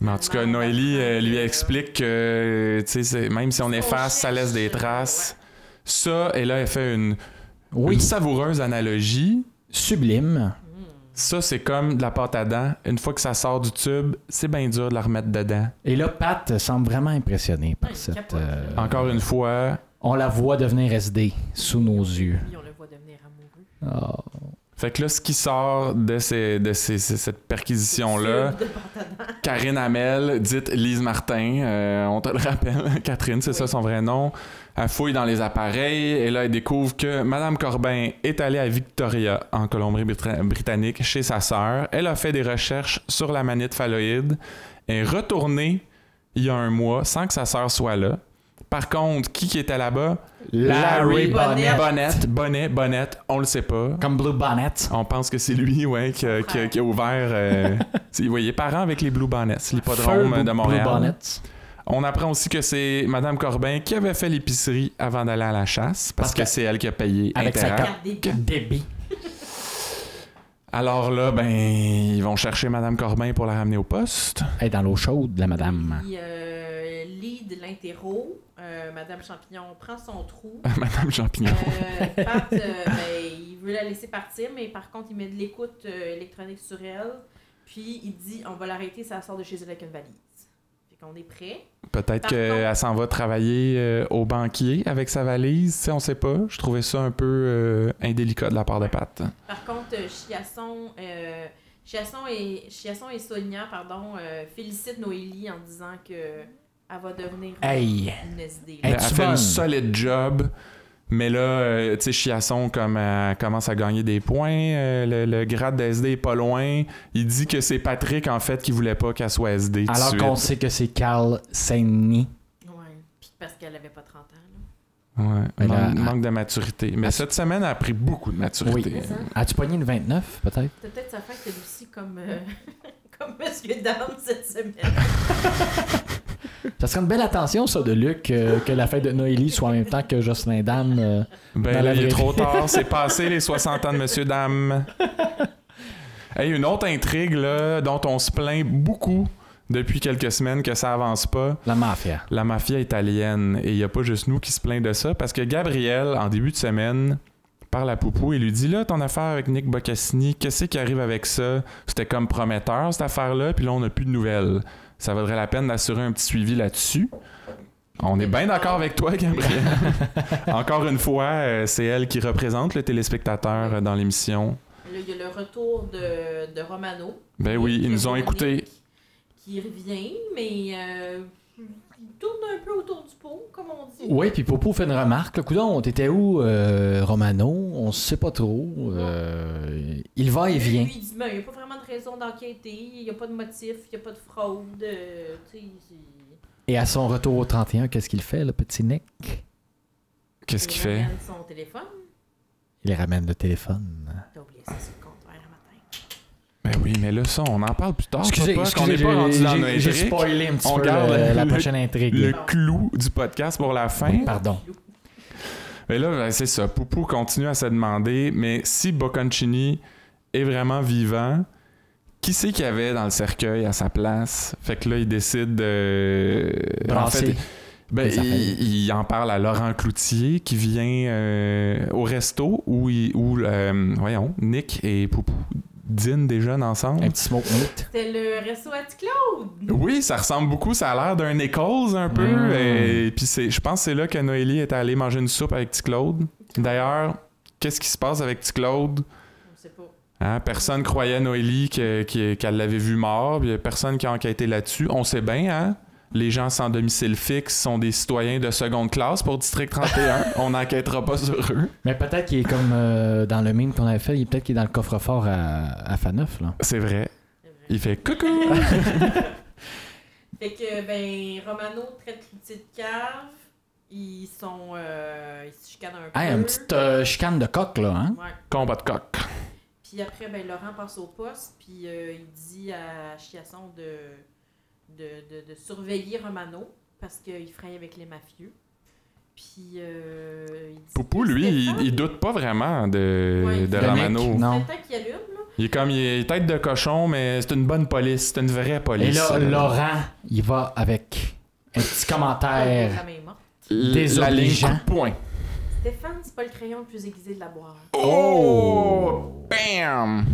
A: Mais en tout cas, Noélie euh, lui explique que tu sais, c'est- même si on
B: On
A: efface, ça laisse des
B: cherche.
A: traces. Ça, et là, elle fait une,
C: Oui,
A: une savoureuse analogie.
C: sublime.
A: Ça, c'est comme de la pâte à dents. Une fois que ça sort du tube, c'est bien dur de la remettre dedans.
C: Et là, Pat semble vraiment impressionnée par
B: Ouais, il
C: cette...
B: capote.
C: euh,
A: Encore une fois,
C: on la voit devenir SD sous nos yeux.
B: Puis on le voit devenir amoureux.
C: Ah.
A: Fait que là, ce qui sort de, ces, de ces- ces- cette perquisition-là,
B: De pantalon.
A: Karine Hamel, dite Lise Martin, euh, on te le rappelle, Catherine, c'est ça son vrai nom, elle fouille dans les appareils et là, elle découvre que Madame Corbin est allée à Victoria, en Colombie-Britannique, chez sa sœur. Elle a fait des recherches sur la manite phalloïde et est retournée il y a un mois sans que sa sœur soit là. Par contre, qui qui était là-bas?
C: Larry
B: Bonnet.
A: Bonnette, Bonnet, Bonnette, on le sait pas.
C: Comme Blue Bonnet.
A: On pense que c'est lui, ouais, qui, a- qui a- qui a ouvert. Euh, vous voyez, parents avec les Blue Bonnets,
C: Feu
A: l'hippodrome
C: Blue-
A: de
C: Blue
A: Montréal.
C: Bonnet.
A: On apprend aussi que c'est Madame Corbin qui avait fait l'épicerie avant d'aller à la chasse, parce,
C: Parce
A: que,
C: que-
A: c'est elle qui a payé
C: Avec sa
A: intérêt.
C: carte.
B: Regarde des
C: Que débit.
A: Alors là, ben, ils vont chercher Madame Corbin pour la ramener au poste.
C: Elle est dans l'eau chaude, la madame.
B: Puis, euh, lead l'interro. Euh, Madame Champignon prend son trou.
C: Ah.
A: Madame Champignon.
B: Euh, Pat, euh, ben, il veut la laisser partir, mais par contre, il met de l'écoute euh, électronique sur elle. Puis, il dit on va l'arrêter ça sort de chez elle avec une valise. Fait qu'on est prêt.
A: Peut-être
B: par
A: qu'elle
B: contre-
A: s'en va travailler euh, au banquier avec sa valise, tu sais, on sait pas. Je trouvais ça un peu euh, indélicat de la part de Pat.
B: Par contre, euh, Chiasson, euh, Chiasson et, Chiasson et Sonia pardon, euh, félicitent Noélie en disant que elle va devenir
C: Hey!
B: une SD.
C: Hey.
A: Elle
C: Es-tu
A: fait une
C: bonne?
A: solide job. Mais là, euh, tu sais, Chiasson comme, euh, commence à gagner des points. euh, le, le grade de SD est pas loin. Il dit que c'est Patrick, en fait, qui voulait pas qu'elle soit SD. tout de
C: Alors
A: suite.
C: qu'on sait que c'est Carl Saint-Denis.
B: Ouais. Puis parce qu'elle avait pas 30 ans. là.
A: Ouais,
C: Mais
A: man-
C: là, elle-
A: manque de maturité. Mais cette semaine, elle a pris beaucoup de maturité.
B: Mais ça,
C: As-tu pogné le 29, peut-être?
B: T'as peut-être sa fête elle aussi comme, euh, comme Monsieur Dame cette semaine.
C: Ça serait une belle attention, ça, de Luc, euh, que la fête de Noélie soit en même temps que Jocelyn Dame. euh.
A: Ben
C: Dans
A: là,
C: la
A: il est
C: vraie
A: trop tard. C'est passé les 60 ans de Monsieur Dame. Hey, une autre intrigue là, dont on se plaint beaucoup depuis quelques semaines que ça avance pas.
C: la mafia.
A: la mafia italienne. Et il n'y a pas juste nous qui se plaignent de ça, parce que Gabriel, en début de semaine, parle à Poupou et lui dit Là, ton affaire avec Nick Boccassini, qu'est-ce qui arrive avec ça C'était comme prometteur, cette affaire-là, puis là, on n'a plus de nouvelles. Ça vaudrait la peine d'assurer un petit suivi là-dessus. On est bien d'accord avec toi, Gabriel. Encore une fois, euh, c'est elle qui représente le téléspectateur euh, dans l'émission.
B: Là, il y a le retour de, de Romano.
A: Ben oui, ils nous ont
B: Véronique,
A: écoutés.
B: Qui revient, mais euh, il tourne un peu autour du pot, comme on dit.
C: Oui, puis Popo fait une remarque. Là, Coudon, t'étais où, euh, Romano? On sait pas trop. Euh, il va et
B: Lui,
C: vient.
B: lui, il dit, ben, il n'y a pas vraiment de raison d'enquêter, il n'y a pas de motif, il n'y a pas de fraude. euh, tu sais, c'est-
C: Et à son retour au 31, qu'est-ce qu'il fait, le petit Nick?
A: Qu'est-ce qu'il
B: il
A: fait
B: ramène son téléphone.
C: Il ramène le téléphone.
B: T'as oublié ça sur le comptoir le matin.
A: Ben oui, mais là, ça, on en parle plus tard. papa, qu'on n'est pas rendu dans
C: j'ai-
A: notre
C: j'ai spoilé un petit
A: On
C: peu
A: garde
C: euh, la
A: le-
C: prochaine intrigue.
A: le clou du podcast pour la fin.
C: Pardon.
A: Mais là, ben, c'est ça. Poupou continue à se demander, mais si Bocconcini est vraiment vivant, qui c'est qu'il y avait dans le cercueil à sa place? Fait que là, il décide de... En
C: Brasser.
A: fait, ben,
C: les affaires.
A: il, il en parle à Laurent Cloutier qui vient euh, au resto où, il- où euh, voyons, Nick et Poupou dînent des jeunes ensemble.
C: Un petit smoke meat.
B: C'était le resto à Claude.
A: Oui, ça ressemble beaucoup. Ça a l'air d'un Nichols un peu.
C: Mm.
A: Et, puis c'est, je pense que c'est là que Noélie est allée manger une soupe avec Ticlaude. Claude. D'ailleurs, qu'est-ce qui se passe avec Ticlaude? Claude?
B: On sait pas.
A: Hein, personne croyait à Noélie que- que- qu'elle l'avait vu mort, puis y a personne qui a enquêté là-dessus. On sait bien, hein? Les gens sans domicile fixe sont des citoyens de seconde classe pour District 31. On n'enquêtera pas sur eux.
C: Mais peut-être qu'il est comme euh, dans le meme qu'on avait fait, il est peut-être qu'il est dans le coffre-fort à, à Faneuf, là.
A: C'est vrai. Il fait coucou!
B: Fait que, ben, Romano traite Cloutier de cave. Ils sont. euh, ils se chicanent un peu.
C: Hey, une petite euh, chicane de coq, là, hein?
B: Ouais.
A: Combat de coq.
B: Puis après, ben, Laurent passe au poste, puis euh, il dit à Chiasson de, de, de, de surveiller Romano parce qu'il fraye avec les mafieux. Puis. euh, il dit
A: Poupou,
B: que
A: lui, il,
B: Stéphane-
A: il doute pas vraiment de,
B: Ouais,
A: de
B: il-
A: Romano.
C: Non.
B: C'est le temps qu'il allume, là.
A: Il est comme, il est tête de cochon, mais c'est une bonne police. C'est une vraie
C: Et
A: police.
C: là,
A: Euh,
C: Laurent, il va avec un petit
B: La
C: commentaire.
B: femme est morte.
A: l- la ligne
C: désobligeant.
A: coup de poing.
B: Stéphane, c'est pas le crayon le plus aiguisé de la boire.
A: Oh! Bam!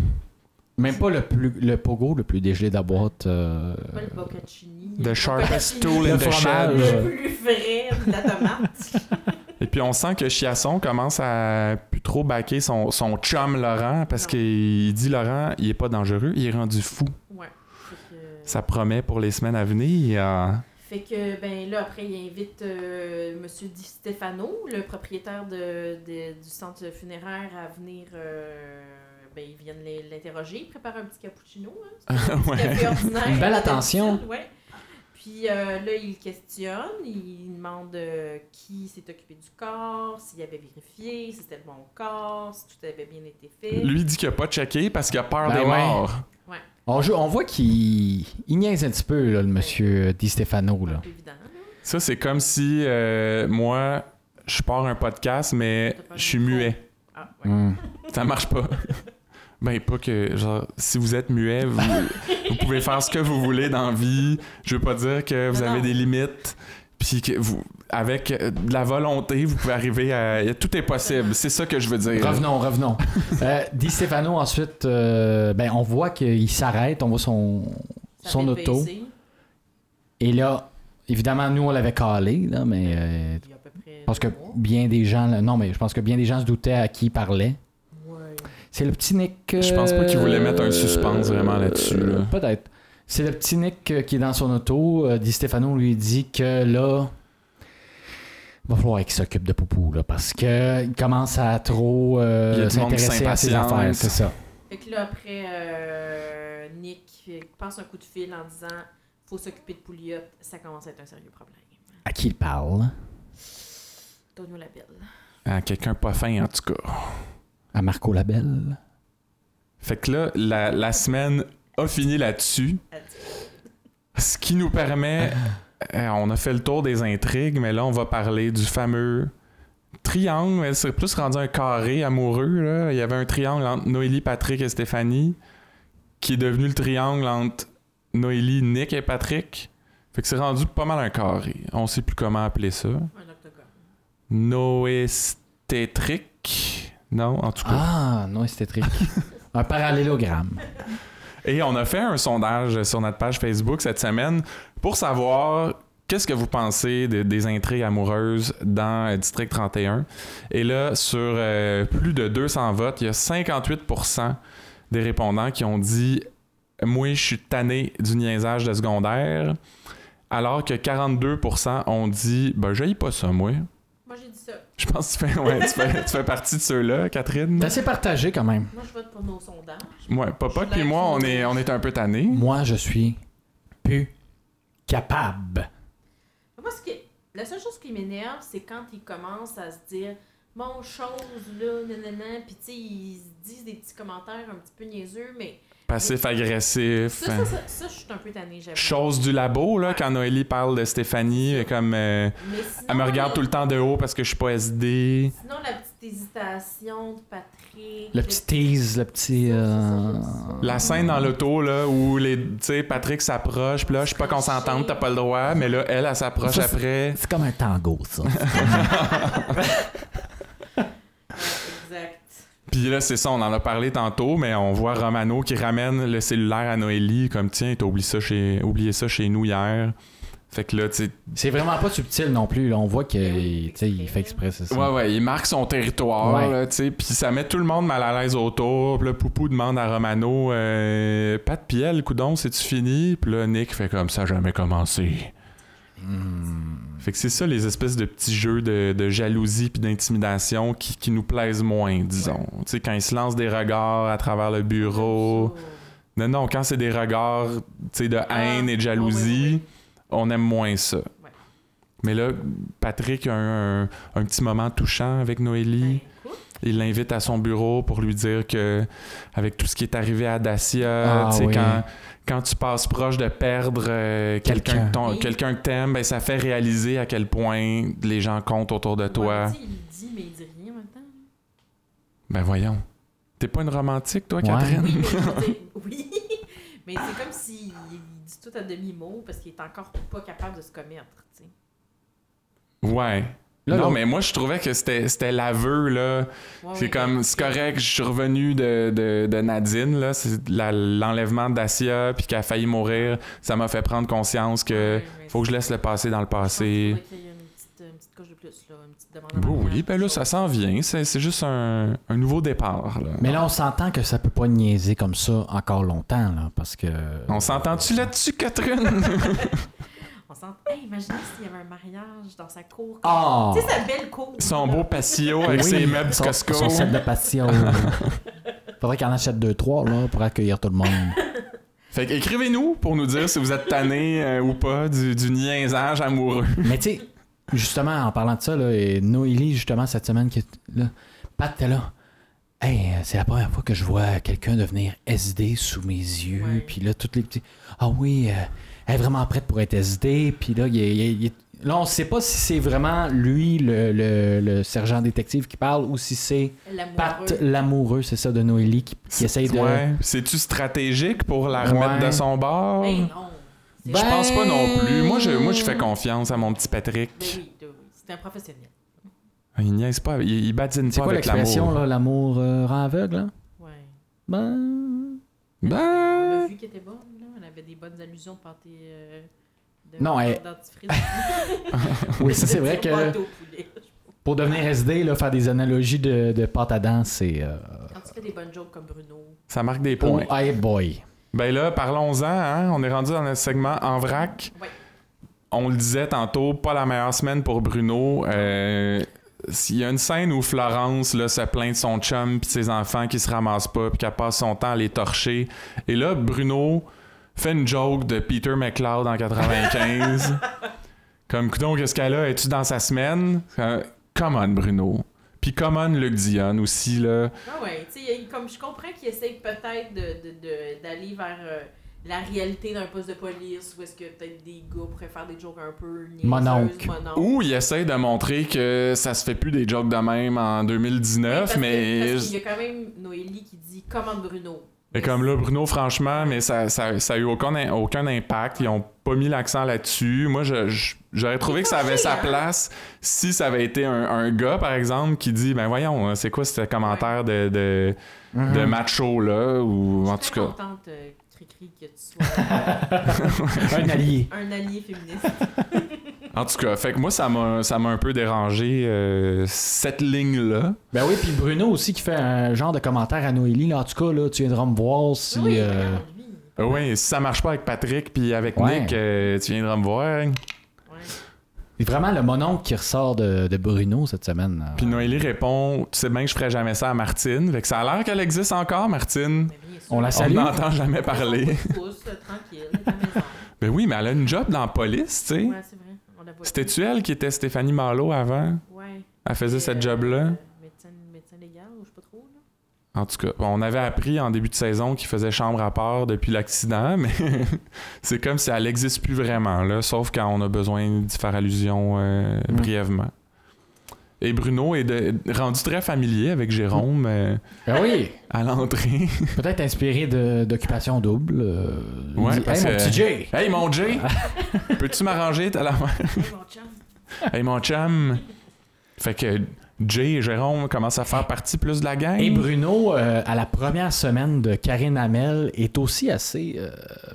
C: Même pas le, plus, le pogo le plus dégelé de la boîte. euh,
B: Pas le bocconcini.
A: The
B: Le
A: sharpest
B: bocconcini,
A: tool in
C: Le
A: the shed.
C: fromage.
B: Le plus frais de la tomate.
A: Et puis on sent que Chiasson commence à plus trop baquer son, son chum Laurent parce
B: Non.
A: qu'il dit Laurent, il est pas dangereux, il est rendu fou.
B: Ouais. Fait que-
A: Ça promet pour les semaines à venir. euh,
B: Fait que, ben là, après, il invite euh, Monsieur Di Stefano, le propriétaire de, de- du centre funéraire, à venir. euh, ben, ils viennent les- l'interroger. Il prépare un petit cappuccino. hein, c'est pas un petit
A: Ouais.
B: café ordinaire,
C: Une belle
B: comme
C: attention.
B: d'habitude, ouais. Puis euh, là, il questionne, il demande euh, qui s'est occupé du corps, s'il avait vérifié, si c'était le bon corps, si tout avait bien été fait.
A: Lui dit qu'il a pas checké parce qu'il a peur
C: Ben
A: des
C: ouais.
A: morts.
C: On, joue- on voit qu'il il niaise un petit peu, là, le monsieur euh, Di Stefano.
B: C'est
C: Là.
B: un peu évident. hein. là.
A: Ça, c'est comme si euh, moi, je pars un podcast, mais
B: T'as pas
A: je suis
B: de micro.
A: muet.
B: Ah, ouais.
C: Hmm.
A: Ça marche pas. Ben, pas que, genre, si vous êtes muet, vous, vous pouvez faire ce que vous voulez dans la vie. Je veux pas dire que vous
B: Non,
A: avez
B: non.
A: des limites. Puis que vous, avec euh, de la volonté, vous pouvez arriver à. Tout est possible. C'est ça que je veux dire.
C: Revenons, revenons. Euh, Di Stefano, ensuite, euh, ben, on voit qu'il s'arrête, on voit son,
B: Ça
C: son
B: fait
C: auto.
B: baisser.
C: Et là, évidemment, nous, on l'avait calé, là, mais euh,
B: Il y a à peu près.
C: je pense que
B: deux mois.
C: bien des gens. là- non, mais je pense que bien des gens se doutaient à qui il parlait.
B: Ouais.
C: C'est le petit Nick.
A: Je pense pas qu'il
C: euh,
A: voulait mettre un suspense vraiment là-dessus, là.
C: Peut-être. C'est le petit Nick euh, qui est dans son auto. euh, Di Stefano lui dit que là. Va falloir qu'il s'occupe de Poupou, là, parce que il commence à trop euh,
A: Il y a du monde qui
C: s'intéresser à ses
A: s'impatiente.
C: affaires, c'est ça.
B: Fait que là, après, euh, Nick euh, passe un coup de fil en disant faut s'occuper de Pouliot, ça commence à être un sérieux problème.
C: À qui il parle
B: Tonio l'appelle.
A: À quelqu'un pas fin, en tout cas.
C: À Marco Labelle.
A: Fait que là, la, la semaine a fini là-dessus. Ce qui nous permet. euh, on a fait le tour des intrigues, mais là, on va parler du fameux triangle. Elle serait plus rendu un carré amoureux. là. Il y avait un triangle entre Noélie, Patrick et Stéphanie, qui est devenu le triangle entre Noélie, Nick et Patrick. Fait que c'est rendu pas mal un carré. On sait plus comment appeler ça.
B: Un octogone.
A: Noéstétrique. Non, en tout cas.
C: Ah, non, c'était trick. Un parallélogramme.
A: Et on a fait un sondage sur notre page Facebook cette semaine pour savoir qu'est-ce que vous pensez de- des intrigues amoureuses dans euh, District 31. Et là, sur euh, plus de 200 votes, il y a 58% des répondants qui ont dit « Moi, je suis tanné du niaisage de secondaire », alors que 42% ont dit « Ben, j'aille pas ça, moi
B: Moi, j'ai dit ça. ».
A: Je pense que tu fais, ouais, tu fais- tu fais partie de ceux-là, Catherine.
C: C'est assez partagé quand même.
B: Moi, je vote pour nos sondages.
A: Ouais, Papa et moi, on est, on est un peu tannés.
C: Moi, je suis plus capable.
B: Mais Moi, ce qui... la seule chose qui m'énerve, c'est quand ils commencent à se dire bon, chose, là, nanana, puis tu sais, ils se disent des petits commentaires un petit peu niaiseux, mais
A: Passif-agressif.
B: ça, ça, ça, ça, je suis un peu tannée, j'avoue.
A: chose du labo, là, quand Noélie parle de Stéphanie, euh, comme euh,
B: Mais sinon,
A: elle me regarde
B: là,
A: tout le temps de haut parce que je suis pas SD.
B: Sinon, la petite hésitation de Patrick.
C: Le petit tease, le petit. euh,
A: La scène dans l'auto, là, où les, tu sais, Patrick s'approche, puis là, je suis pas consentante, t'as pas le droit, mais là, elle, elle s'approche
C: Ça, c'est-
A: après.
C: C'est comme un tango, ça.
B: Exact.
A: Puis là, c'est ça, on en a parlé tantôt, mais on voit Romano qui ramène le cellulaire à Noélie, comme tiens, t'as oublié ça chez, oublié ça chez nous hier. Fait que là, tu sais,
C: C'est vraiment pas subtil non plus. là. On voit qu'il tu sais, il fait exprès, c'est ça.
A: Ouais, ouais, il marque son territoire,
C: Ouais.
A: là, tu sais, puis ça met tout le monde mal à l'aise autour. Puis là, Poupou demande à Romano, euh, Pas de piel, coudon, c'est-tu fini? Puis là, Nick fait comme ça, jamais commencé. Fait que c'est ça, les espèces de petits jeux de, de jalousie puis d'intimidation qui, qui nous plaisent moins, disons. Tu sais, quand ils se lancent des regards à travers le bureau. Non, non, quand c'est des regards tu sais, de
B: Ah,
A: haine et de
B: oui,
A: jalousie,
B: oui,
A: on aime moins ça. Mais là, Patrick a un, un- un petit moment touchant avec Noélie.
B: Ben, écoute,
A: Il l'invite à son bureau pour lui dire que, avec tout ce qui est arrivé à Dacia,
C: Ah
A: tu sais,
C: oui.
A: quand, quand tu passes proche de perdre euh, quelqu'un que ton-
B: Quelqu'un.
A: quelqu'un que t'aimes, ben, ça fait réaliser à quel point les gens comptent autour de toi.
B: Bonnetti, il le dit, mais il dit rien maintenant.
A: Ben voyons. T'es pas une romantique, toi,
C: Ouais.
A: Catherine?
B: Oui, mais je veux dire, oui. Mais c'est comme s'il dit tout à demi-mot parce qu'il est encore pas capable de se commettre. tu sais.
A: Ouais.
C: Là,
A: non,
C: là-
A: mais moi, je trouvais que c'était c'était l'aveu, là.
B: Ouais,
A: C'est
B: ouais,
A: comme, c'est correct, je suis revenu de, de- de Nadine, là, c'est la- l'enlèvement de Dacia, puis qu'elle a failli mourir, ça m'a fait prendre conscience que
B: Ouais, ouais,
A: faut que je laisse le passé dans le
B: Je
A: passé.
B: pense qu'il faudrait qu'il y ait une petite, une petite couche de plus, là, une petite demande en
A: Bon,
B: arrière,
A: oui, ben là,
B: quelque
A: ça
B: chose.
A: s'en vient, c'est c'est juste un, un nouveau départ, là.
C: Mais là, on s'entend que ça peut pas niaiser comme ça encore longtemps, là, parce que.
A: On s'entend-tu là-dessus, Catherine?
B: On sent. Hey, imaginez s'il y avait un mariage dans sa cour.
C: Ah!
B: Tu sais, sa belle cour.
A: Son
B: là.
A: beau patio avec
C: Oui,
A: ses meubles
C: son-
A: Costco.
C: Son set de patio. Faudrait qu'on achète deux, trois, là, pour accueillir tout le monde.
A: Fait que écrivez-nous pour nous dire si vous êtes tanné ou pas du, du niaisage amoureux.
C: Mais tu sais, justement, en parlant de ça, là, et Noélie, justement, cette semaine, qui, est là, Pat, t'es là. Hey, euh, c'est la première fois que je vois quelqu'un devenir SD sous mes yeux.
B: Ouais.
C: Puis là, toutes les petits. Ah oui, euh, elle est vraiment prête pour être SD. Puis là, il est- il est- il est- là on sait pas si c'est vraiment lui, le, le- le sergent détective, qui parle ou si c'est
B: L'amoureux.
C: Pat, l'amoureux, c'est ça, de Noélie, qui, qui essaye de.
A: Ouais. C'est-tu stratégique pour la
C: Ouais.
A: remettre de son bord?
B: Ben non. C'est-
C: Ben-
A: Je pense pas non plus. Moi, je, moi, je fais confiance à mon petit
B: Ben
A: Patrick.
B: oui, de- oui. C'est un professionnel.
A: Il niaise pas. Il, il badine
C: C'est
A: pas
C: quoi
A: avec
C: l'expression,
A: l'amour.
C: là, l'amour euh, rend aveugle, là?
B: Ouais.
C: Ben.
B: On
A: Ben...
B: a vu qu'elle était bonne, là. Elle avait des bonnes allusions de pâté. euh, de
C: Non, elle-
B: dentifrice.
C: Oui, ça, c'est vrai
B: De
C: que.
B: pâte au poulet.
C: Pour devenir SD, là, faire des analogies de, de pâte à dents, c'est. euh,
B: Quand tu fais des bonnes jokes comme Bruno.
A: Ça marque des points.
C: Oh, hey boy.
A: Ben là, parlons-en. hein. On est rendu dans le segment en vrac.
B: Ouais.
A: On le disait tantôt, pas la meilleure semaine pour Bruno. Euh, S'il y a une scène où Florence là, se plaint de son chum puis de ses enfants qui se ramassent pas puis qu'elle passe son temps à les torcher. Et là, Bruno fait une joke de Peter McLeod en 95. Comme, coudon, qu'est-ce qu'elle a? Es-tu dans sa semaine? Euh, come on, Bruno. Puis come on, Luc Dion aussi, là.
B: Ah ouais, tu sais, il- comme je comprends qu'il essaye peut-être de- de- de- d'aller vers euh, la réalité d'un poste de police où est-ce que peut-être des gars pourraient faire des jokes un peu niaiseuses,
C: Mononcle.
B: mononcle.
A: Ou il essaie de montrer que ça se fait plus des jokes de même en 2019,
B: Oui, parce que-
A: mais...
B: parce qu'il y a quand même Noélie qui dit commande Bruno.
A: Mais comme là, Bruno, franchement, mais ça, ça, ça a eu aucun, aucun impact. Ils ont pas mis l'accent là-dessus. Moi, je- je- j'aurais trouvé que ça avait sa
B: Hein?
A: place si ça avait été un, un gars, par exemple, qui dit Ben voyons, c'est quoi ce commentaire de, de,
C: Mm-hmm.
A: de macho, là Ou en
B: je
A: tout
B: suis très
A: cas.
B: contente, euh, Cricri, que tu sois
C: Un allié.
B: un allié féministe.
A: En tout cas, fait que moi, ça m'a ça m'a un peu dérangé, euh, cette ligne-là.
C: Ben oui, puis Bruno aussi qui fait un genre de commentaire à Noélie. Là, en tout cas, là, tu viendras me voir si.
B: oui,
C: euh,
B: regarde, lui.
A: Oui, si ça marche pas avec Patrick puis avec
C: Ouais.
A: Nick, euh, tu viendras me voir.
B: Ouais.
C: c'est Vraiment le mononcle qui ressort de, de Bruno cette semaine. euh. là.
A: Puis Noélie répond Tu sais bien que je ferais jamais ça à Martine. Fait que ça a l'air qu'elle existe encore, Martine.
B: Mais bien sûr.
C: On la
A: On
C: salue.
A: n'entend jamais parler.
B: On pousse, euh, tranquille, à la maison.
A: Ben oui, mais elle a une job dans la police, tu sais.
B: Ouais, c'est vrai. On la voit.
A: C'était-tu elle qui était Stéphanie Marlowe avant?
B: Ouais.
A: Elle faisait cette
B: Euh,
A: job-là?
B: Médecin, médecin légal, ou je sais pas trop, là.
A: En tout cas, on avait appris en début de saison qu'il faisait chambre à part depuis l'accident, mais c'est comme si elle n'existe plus vraiment, là, sauf quand on a besoin d'y faire allusion euh,
C: Mm.
A: brièvement. Et Bruno est de- rendu très familier avec Jérôme euh,
C: Ben oui,
A: à l'entrée.
C: peut-être inspiré de- d'Occupation Double. euh, il
A: Ouais,
C: dit,
A: parce
C: hey, mon
A: que-
C: petit Jay.
A: Hey mon Jay! Peux-tu m'arranger ta la
B: Hey, mon chum.
A: Hey mon chum! Fait que Jay et Jérôme commencent à faire partie plus de la gang.
C: Et Bruno, euh, à la première semaine de Karine Hamel, est aussi assez euh,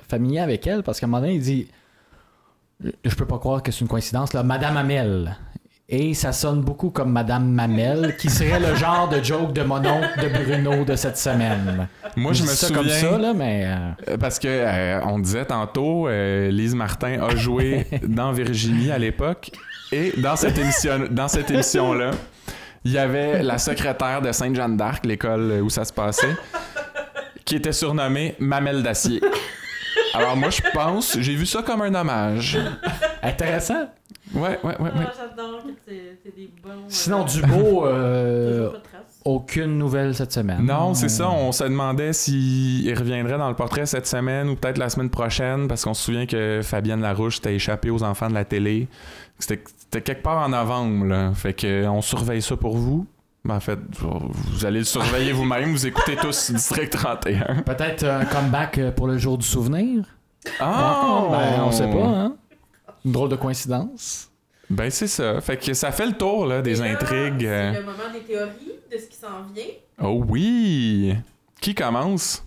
C: familier avec elle parce qu'à un moment donné, il dit je peux pas croire que c'est une coïncidence, là, Madame Amel. Et ça sonne beaucoup comme Madame Mamel, qui serait le genre de joke de mon oncle de Bruno de cette semaine.
A: Moi, je
C: dis
A: me
C: ça
A: souviens
C: comme ça, là, mais. euh,
A: euh, parce que euh, on disait tantôt, euh, Lise Martin a joué dans Virginie à l'époque et dans cette émission, dans cette émission là, il y avait la secrétaire de Sainte Jeanne d'Arc, l'école où ça se passait, qui était surnommée Mamelle d'acier. Alors moi, je pense, j'ai vu ça comme un hommage.
C: Intéressant.
A: Ouais, ouais, ouais. ouais.
B: Ah, J'adore que c'est c'est des bons. euh,
C: Sinon, Dubo, euh,
B: toujours pas de traces.
C: aucune nouvelle cette semaine.
A: Non, c'est
C: Euh,
A: ça. On se demandait s'il reviendrait dans le portrait cette semaine ou peut-être la semaine prochaine, parce qu'on se souvient que Fabienne Larouche s'était échappée aux enfants de la télé. C'était c'était quelque part en novembre. Là. Fait que euh, on surveille ça pour vous. Ben, en fait, vous vous allez le surveiller vous-même. Vous écoutez tous District 31.
C: Peut-être un comeback euh, pour le jour du souvenir.
A: Ah!
C: Ben, on sait pas, hein? Une drôle de coïncidence.
A: Ben, c'est ça. Fait que ça fait le tour là,
B: Et
A: des
B: là,
A: intrigues.
B: C'est
A: euh.
B: le moment des théories, de ce qui s'en vient.
A: Oh oui! Qui commence?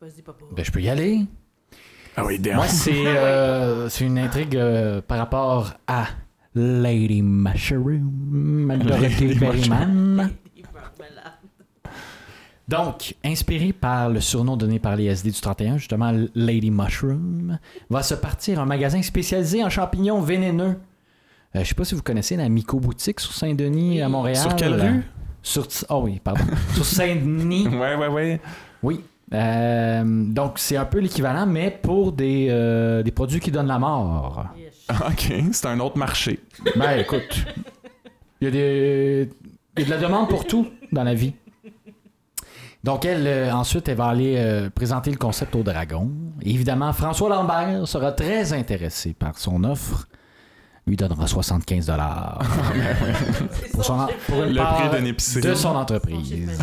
B: Vas-y, papa.
C: Ben, je peux y aller.
A: Ah oui,
C: Moi, c'est euh, c'est une intrigue euh, par rapport à Lady Mushroom, Dorothy Berryman.
B: Il meurt malade.
C: Donc, inspirée par le surnom donné par les SD du 31, justement Lady Mushroom, va se partir un magasin spécialisé en champignons vénéneux. Euh, je sais pas si vous connaissez la Mico Boutique sur Saint-Denis à Montréal.
A: Sur quelle rue?
C: Sur oh oui, pardon. sur Saint-Denis.
A: Ouais, ouais, ouais.
C: Oui. Euh, donc, c'est un peu l'équivalent, mais pour des, euh, des produits qui donnent la mort.
B: Yes.
A: OK, c'est un autre marché.
C: Ben écoute, il y, a des... il y a de la demande pour tout dans la vie. Donc elle, euh, ensuite, elle va aller euh, présenter le concept au dragon. Et évidemment, François Lambert sera très intéressé par son offre. Lui donnera 75 dollars
B: C'est
C: pour, son en-
B: son chef-
C: pour une
A: Le
C: part
A: prix d'une épicerie.
C: de son
B: son chef
C: entreprise.
B: magique.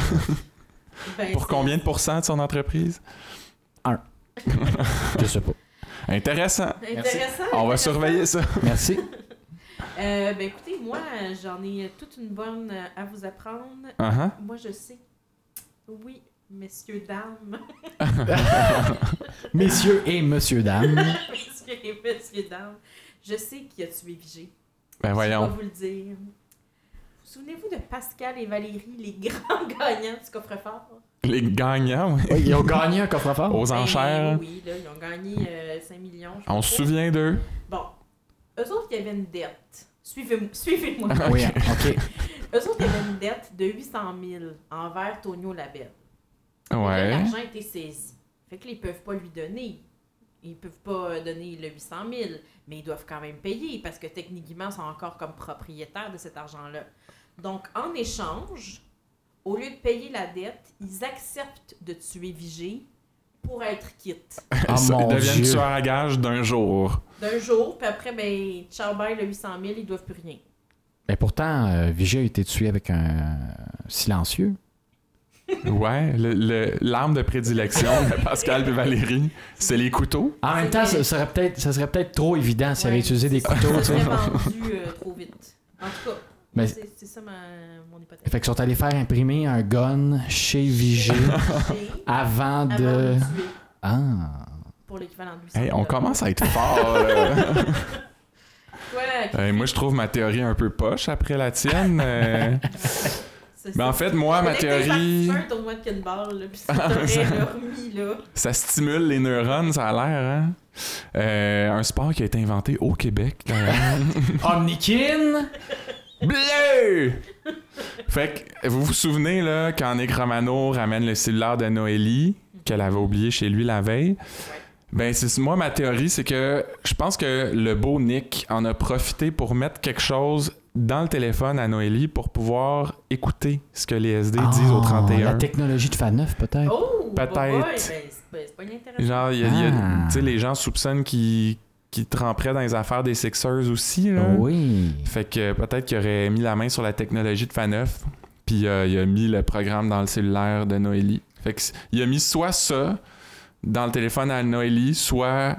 B: Ben,
A: Pour
B: c'est-
A: combien de pourcents de son entreprise?
C: Je sais pas.
A: Intéressant.
B: Intéressant.
A: On va
B: intéressant.
A: surveiller ça.
C: Merci.
B: Euh, ben écoutez, moi, j'en ai toute une bonne euh, à vous apprendre.
A: Uh-huh.
B: Moi, je sais. Oui, messieurs, dames.
C: Messieurs et messieurs, dames.
B: messieurs et messieurs, dames. Je sais qui a tué Vigée.
A: Ben
B: Je vais
A: voyons.
B: vous le dire. Vous Souvenez-vous de Pascal et Valérie, les grands gagnants du coffre-fort?
A: Les gagnants, oui.
C: Oui, ils ont gagné un coffre-fort.
A: Aux
B: Ben,
A: enchères.
B: Oui, là, ils ont gagné euh, 5 millions. je
A: On
B: sais
A: se
B: pas.
A: souvient d'eux.
B: Bon. Eux autres, il y avait une dette. Suivez-moi. Suivez-moi.
C: Oui, ok.
B: Eux autres, il y avait une dette de 800 000 envers Tonio Labelle. Là,
A: Ouais.
B: L'argent a été saisi. Fait que là, ils peuvent pas lui donner. Ils peuvent pas euh, donner le 800 000, mais ils doivent quand même payer parce que techniquement, ils sont encore comme propriétaires de cet argent-là. Donc, en échange, au lieu de payer la dette, ils acceptent de tuer Vigée pour être quitte.
C: Ah,
A: Ça,
C: mon
A: ils deviennent
C: Dieu.
A: tueurs à gages d'un jour.
B: D'un jour, puis après, ben, ciao bye, le 800 000, ils doivent plus rien.
C: Mais pourtant, euh, Vigée a été tué avec un silencieux.
A: Ouais. le- le- L'arme de prédilection de Pascal et Valérie, c'est les couteaux.
C: En même temps, ça ça serait peut-être, ça serait peut-être trop évident s'il avait
B: Ouais.
C: utilisé des couteaux.
B: Ça
C: tu sais.
B: serait vendu euh, trop vite. En tout cas,
C: Mais-
B: c'est c'est ça ma, mon hypothèse.
C: Fait qu'ils sont allés faire imprimer un gun chez Vigée
B: Vigée,
C: avant
B: avant de
C: de.
B: tuer.
C: Ah.
B: pour l'équivalent de 800
A: Hey, Eh, on commence à être fort. là.
B: Voilà,
A: Euh, moi, je trouve ma théorie un peu poche après la tienne. euh. Mais ben, en fait, moi, ma théorie,
B: un tournoi de Kenball, là, puis si t'aurais dormi, là.
A: ça stimule les neurones, ça a l'air. Hein? Euh, un sport qui a été inventé au Québec. euh,
C: Omnikin!
A: Bleu! Fait que vous vous souvenez là, quand Nick Romano ramène le cellulaire de Noélie qu'elle avait oublié chez lui la veille. Ben c'est moi ma théorie c'est que je pense que le beau Nick en a profité pour mettre quelque chose dans le téléphone à Noélie pour pouvoir écouter ce que les SD disent au
C: Ah, La
A: 31.
C: technologie de FA9, peut-être.
B: Oh! bah,
A: Eh, Peut-être.
B: boy, ben, c'est ben, c'est pas inintéressant.
A: Genre il y a- il y a-
C: Ah.
A: tu sais, les gens soupçonnent qu'ils qui tremperaient dans les affaires des Sixers aussi là.
C: Ah Oh Oui.
A: Fait que euh, peut-être qu'il aurait mis la main sur la technologie de Faneuf, puis euh, il a mis le programme dans le cellulaire de Noélie. Fait que c- il a mis soit ça dans le téléphone à Noélie, soit.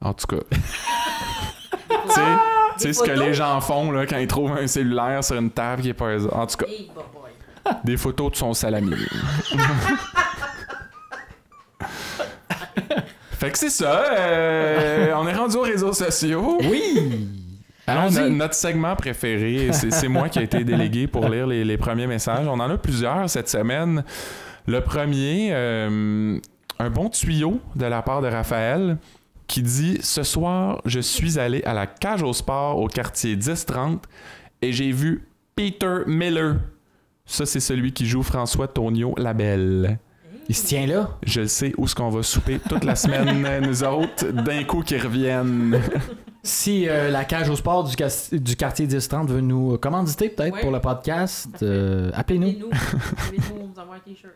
A: En tout cas. Tu sais- tu sais
B: Des
A: ce que
B: photos?
A: les gens font là, quand ils trouvent un cellulaire sur une table qui est pas. En tout cas,
B: Hey, bah, boy.
A: des photos de son salami. Fait que c'est ça. euh, on est rendu aux réseaux sociaux.
C: Oui!
A: No-
C: Allons-y.
A: notre segment préféré, c'est c'est moi qui ai été délégué pour lire les, les premiers messages. On en a plusieurs cette semaine. Le premier, euh, un bon tuyau de la part de Raphaël qui dit Ce soir, je suis allé à la cage au sport au quartier 1030 et j'ai vu Peter Miller. Ça, c'est celui qui joue François Tonio Labelle.
B: Hein?
C: Il se tient là.
A: Je sais où est-ce qu'on va souper toute la semaine, nous autres, d'un coup qui reviennent.
C: Si euh, la cage au sport du, cas- du quartier 1030 veut nous commanditer peut-être
B: Ouais.
C: pour le podcast,
B: Parfait.
C: euh, appelez-nous.
B: Appelez-nous. Appelez-nous, vous envoie un t-shirt.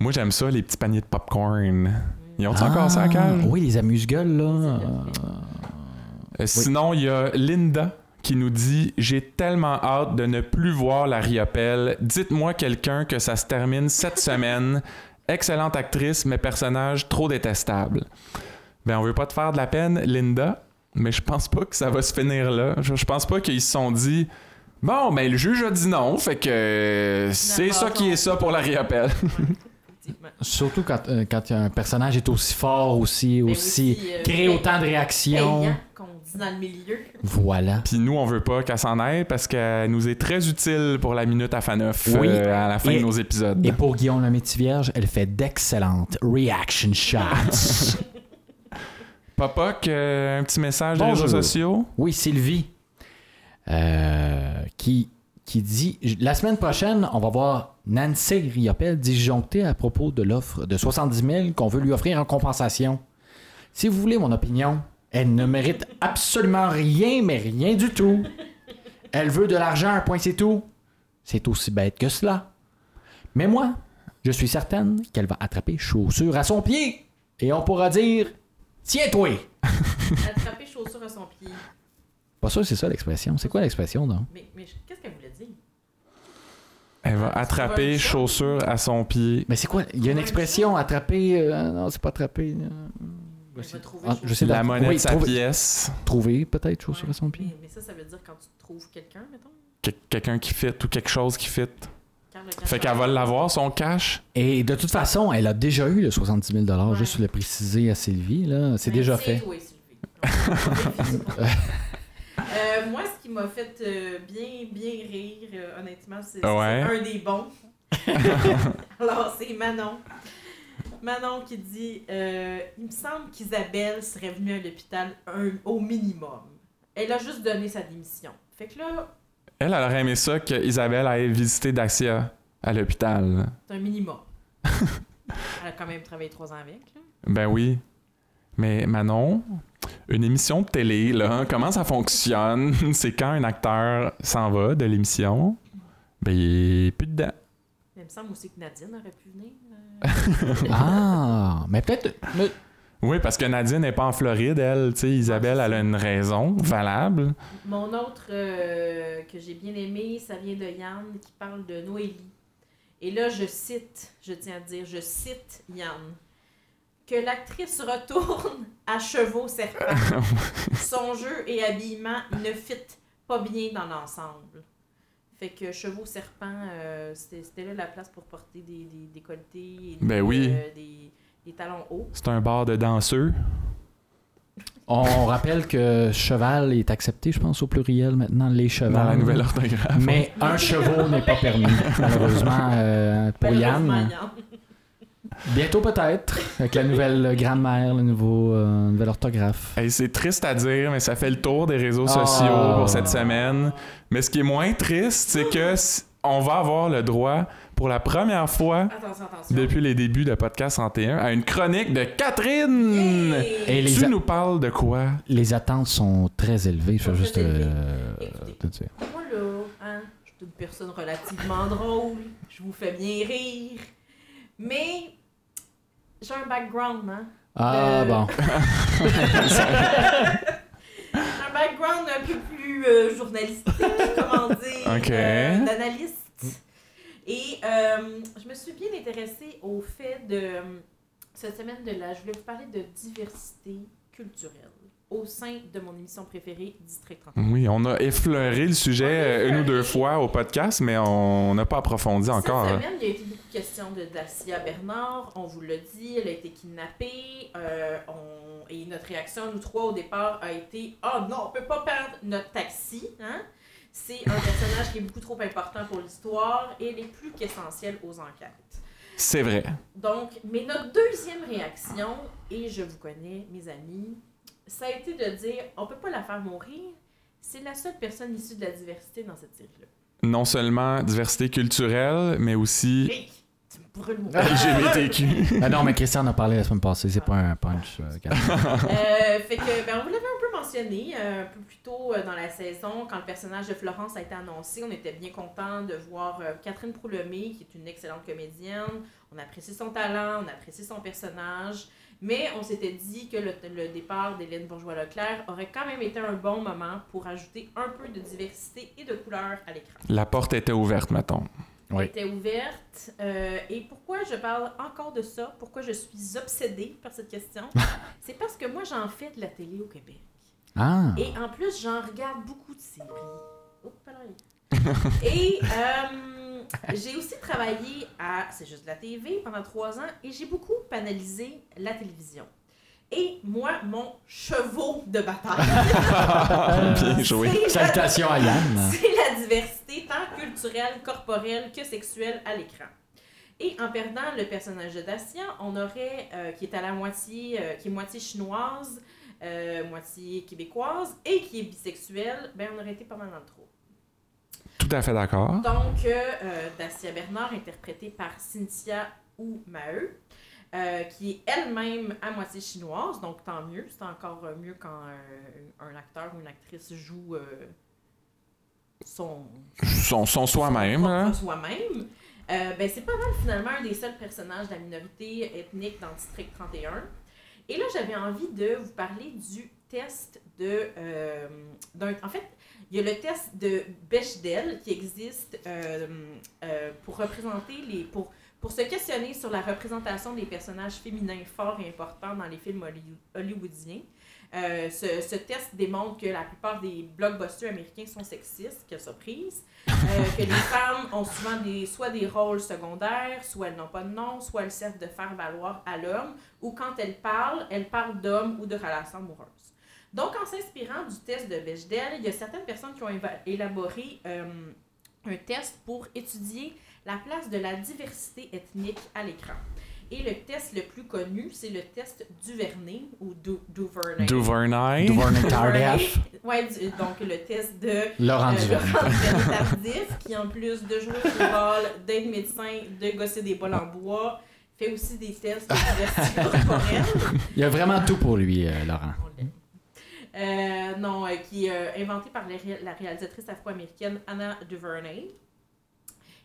A: Moi, j'aime ça, les petits paniers de popcorn. Ils ont
C: Ah,
A: encore ça à cage?
C: Oui, les amuse-gueules, là. euh,
A: Euh, Sinon, il y a Linda qui nous dit J'ai tellement hâte de ne plus voir la Riopelle. Dites-moi quelqu'un que ça se termine cette semaine. Excellente actrice, mais personnage trop détestable. Ben, on veut pas te faire de la peine, Linda, mais je pense pas que ça va se finir là. Je, je pense pas qu'ils se sont dit Bon, ben, le juge a dit non, fait que c'est ça qui est ça pour la Riopelle.
B: Effectivement.
C: Surtout quand, euh, quand un personnage est aussi fort, aussi,
B: Mais
C: aussi,
B: aussi, euh,
C: crée autant de réactions.
B: Payant, qu'on dit dans le milieu.
C: Voilà.
A: Puis nous, on veut pas qu'elle s'en aille parce qu'elle nous est très utile pour la minute à Faneuf euh,
C: Oui.
A: à la fin
C: Et-
A: de nos épisodes.
C: Et pour Guillaume la Métivierge, elle fait d'excellentes reaction shots.
A: Popoc, euh, un petit message des
C: Bonjour.
A: réseaux sociaux.
C: oui, Sylvie, euh, qui, qui dit La semaine prochaine, on va voir Nancy Riopel disjoncter à propos de l'offre de 70 000 qu'on veut lui offrir en compensation. Si vous voulez mon opinion, elle ne mérite absolument rien, mais rien du tout. Elle veut de l'argent, un point, c'est tout. C'est aussi bête que cela. Mais moi, je suis certaine qu'elle va attraper chaussure à son pied et on pourra dire Tiens-toi
B: Attraper chaussure à son pied.
C: Pas sûr que c'est ça l'expression. C'est quoi l'expression, donc
B: Mais, mais je- qu'est-ce qu'elle voulait dire?
A: Elle va
B: Ah,
A: attraper
B: c'est bon,
A: chaussure à son pied.
C: Mais c'est quoi Il y a une expression attraper. euh, non, c'est pas attraper. euh,
B: Elle
C: c'est-
B: va trouver
C: ah,
B: chaussure.
C: je sais
A: La
C: la-
A: monnaie
C: oui,
A: de sa
C: trouve-
A: pièce.
C: Trouver, peut-être, chaussure
B: Ouais,
C: à son pied.
B: Mais, mais ça, ça veut dire quand tu trouves quelqu'un, mettons.
A: Que- Quelqu'un qui fit ou quelque chose qui fit.
B: Quand le
A: Fait qu'elle va l'avoir, son cash.
C: Et de toute façon, elle a déjà eu le 70 000
B: Ouais.
C: juste le préciser à Sylvie, là. C'est déjà fait.
B: Oui, Sylvie. Euh, moi, ce qui m'a fait euh, bien, bien rire, euh, honnêtement, c'est c'est
A: Ouais.
B: un des bons. Alors, c'est Manon. Manon qui dit euh, Il me semble qu'Isabelle serait venue à l'hôpital un- au minimum. Elle a juste donné sa démission. Fait que là,
A: Elle, elle aurait aimé ça qu'Isabelle aille visiter Dacia à l'hôpital.
B: c'est un minimum. Elle a quand même travaillé trois ans avec. là.
A: Ben oui. Mais Manon, une émission de télé, là, hein, comment ça fonctionne? C'est quand un acteur s'en va de l'émission, ben il est plus dedans.
B: Mais il me semble aussi que Nadine aurait pu venir. euh,
C: Ah, mais peut-être. mais-
A: Oui, parce que Nadine n'est pas en Floride, elle. Tu sais, Isabelle, elle a une raison valable.
B: Mon autre euh, que j'ai bien aimé, ça vient de Yann qui parle de Noélie. Et là, je cite, je tiens à dire, je cite Yann. Que l'actrice retourne à chevaux serpents. Son jeu et habillement ne fit pas bien dans l'ensemble. Fait que chevaux serpents, euh, c'était c'était là la place pour porter des, des, des colletés et des,
A: Ben oui.
B: euh, des- des talons hauts.
A: C'est un bar de danseux.
C: On rappelle que cheval est accepté, je pense, au pluriel maintenant, les chevals.
A: Dans la nouvelle orthographe.
C: Mais un cheval n'est pas permis, malheureusement, euh, pour
B: Malheureusement,
C: Yann. Bientôt peut-être, avec la nouvelle grammaire, le nouveau euh, nouvelle orthographe.
A: Hey, c'est triste à dire, mais ça fait le tour des réseaux
C: Ah.
A: sociaux pour cette semaine. Mais ce qui est moins triste, c'est que s- on va avoir le droit, pour la première fois
B: Attention, attention.
A: depuis les débuts de Podcast 31, à une chronique de Catherine.
B: Hey!
C: Et les,
A: Tu
C: a-
A: nous parles de quoi?
C: les attentes sont très élevées, je veux juste euh,
B: Écoutez.
C: te dire.
B: Moi là, hein, je suis une personne relativement drôle, je vous fais bien rire, mais j'ai un background, hein.
C: Ah
B: Euh,
C: bon,
B: Un background un peu plus euh, journalistique, comment dire,
A: Ok.
B: euh, d'analyste. Et euh, je me suis bien intéressée au fait de, euh, cette semaine de la, je voulais vous parler de diversité culturelle. au sein de mon émission préférée, District 31.
A: Oui, on a effleuré le sujet
B: On a
A: euh, une ou deux
B: effleuré.
A: fois au podcast, mais on n'a pas approfondi encore.
B: Cette
A: hein.
B: semaine, il y a été beaucoup de questions de Dacia Bernard. On vous l'a dit, elle a été kidnappée. Euh, on- Et notre réaction, nous trois, au départ, a été Oh non, on peut pas perdre notre taxi. Hein? C'est un personnage qui est beaucoup trop important pour l'histoire et il est plus qu'essentiel aux enquêtes.
A: C'est vrai.
B: Donc, mais notre deuxième réaction, et je vous connais, mes amis, ça a été de dire On peut pas la faire mourir. C'est la seule personne issue de la diversité dans cette série-là.
A: Non seulement diversité culturelle, mais aussi
B: Rick, tu me brûles
A: Ah,
B: mon
A: LGBTQ.
C: Ah non, mais Christian en a parlé la semaine passée, c'est pas un punch. euh, Catherine.
B: Euh, fait que, ben, on vous l'avait un peu mentionné euh, un peu plus tôt euh, dans la saison, quand le personnage de Florence a été annoncé, on était bien content de voir euh, Catherine Proulomé, qui est une excellente comédienne. On apprécie son talent, on apprécie son personnage, mais on s'était dit que le, le départ d'Hélène Bourgeois-Leclerc aurait quand même été un bon moment pour ajouter un peu de diversité et de couleur à l'écran
A: La porte était ouverte, mettons.
C: Oui.
B: était ouverte. Euh, et pourquoi je parle encore de ça, pourquoi je suis obsédée par cette question, c'est parce que moi, j'en fais de la télé au Québec.
C: Ah!
B: Et en plus, j'en regarde beaucoup de séries. Oh, pardon. et euh, j'ai aussi travaillé à C'est juste de la TV pendant trois ans et j'ai beaucoup analysé la télévision. Et moi, mon chevaux de bataille,
A: Bien joué.
B: c'est la
C: Salutations à Yann.
B: c'est la diversité tant culturelle, corporelle que sexuelle à l'écran. Et en perdant le personnage de Dacia, on aurait, euh, qui est à la moitié, euh, qui est moitié chinoise, euh, moitié québécoise et qui est bisexuelle, ben on aurait été pas mal dans le trou.
A: Tout à fait d'accord.
B: Donc, euh, euh, Dacia Bernard, interprétée par Cynthia ou Maheu, euh, qui est elle-même à moitié chinoise, donc tant mieux. C'est encore euh, mieux quand euh, un acteur ou une actrice joue euh, son,
A: Son, son soi-même.
B: son propre
A: hein.
B: Soi-même. Euh, ben, c'est pas mal, finalement, un des seuls personnages de la minorité ethnique dans District 31. Et là, j'avais envie de vous parler du test de. euh, d'un- en fait, il y a le test de Bechdel qui existe euh, euh, pour représenter les. Pour, pour se questionner sur la représentation des personnages féminins forts et importants dans les films holly- hollywoodiens. Euh, ce, ce test démontre que la plupart des blockbusters américains sont sexistes, quelle surprise. Euh, que les femmes ont souvent des, soit des rôles secondaires, soit elles n'ont pas de nom, soit elles servent de faire valoir à l'homme, ou quand elles parlent, elles parlent d'hommes ou de relations amoureuses. Donc, en s'inspirant du test de Bechdel, il y a certaines personnes qui ont éva- élaboré euh, un test pour étudier la place de la diversité ethnique à l'écran. Et le test le plus connu, c'est le test Duvernay ou Du- Duvernay.
A: Duvernay.
C: Duvernay
B: Duvernay.
C: Tardif.
B: Ouais, du- donc le test de
C: Laurent
B: euh,
C: Duvernay.
B: Laurent Tardif, qui en plus de jouer au football, d'être médecin, de gosser des bols en bois, fait aussi des tests de diversité corporelle.
C: Il y a vraiment tout pour lui, euh, Laurent.
B: On l'aime. Euh, non, euh, qui est euh, inventé par les ré- la réalisatrice afro-américaine Anna Duvernay.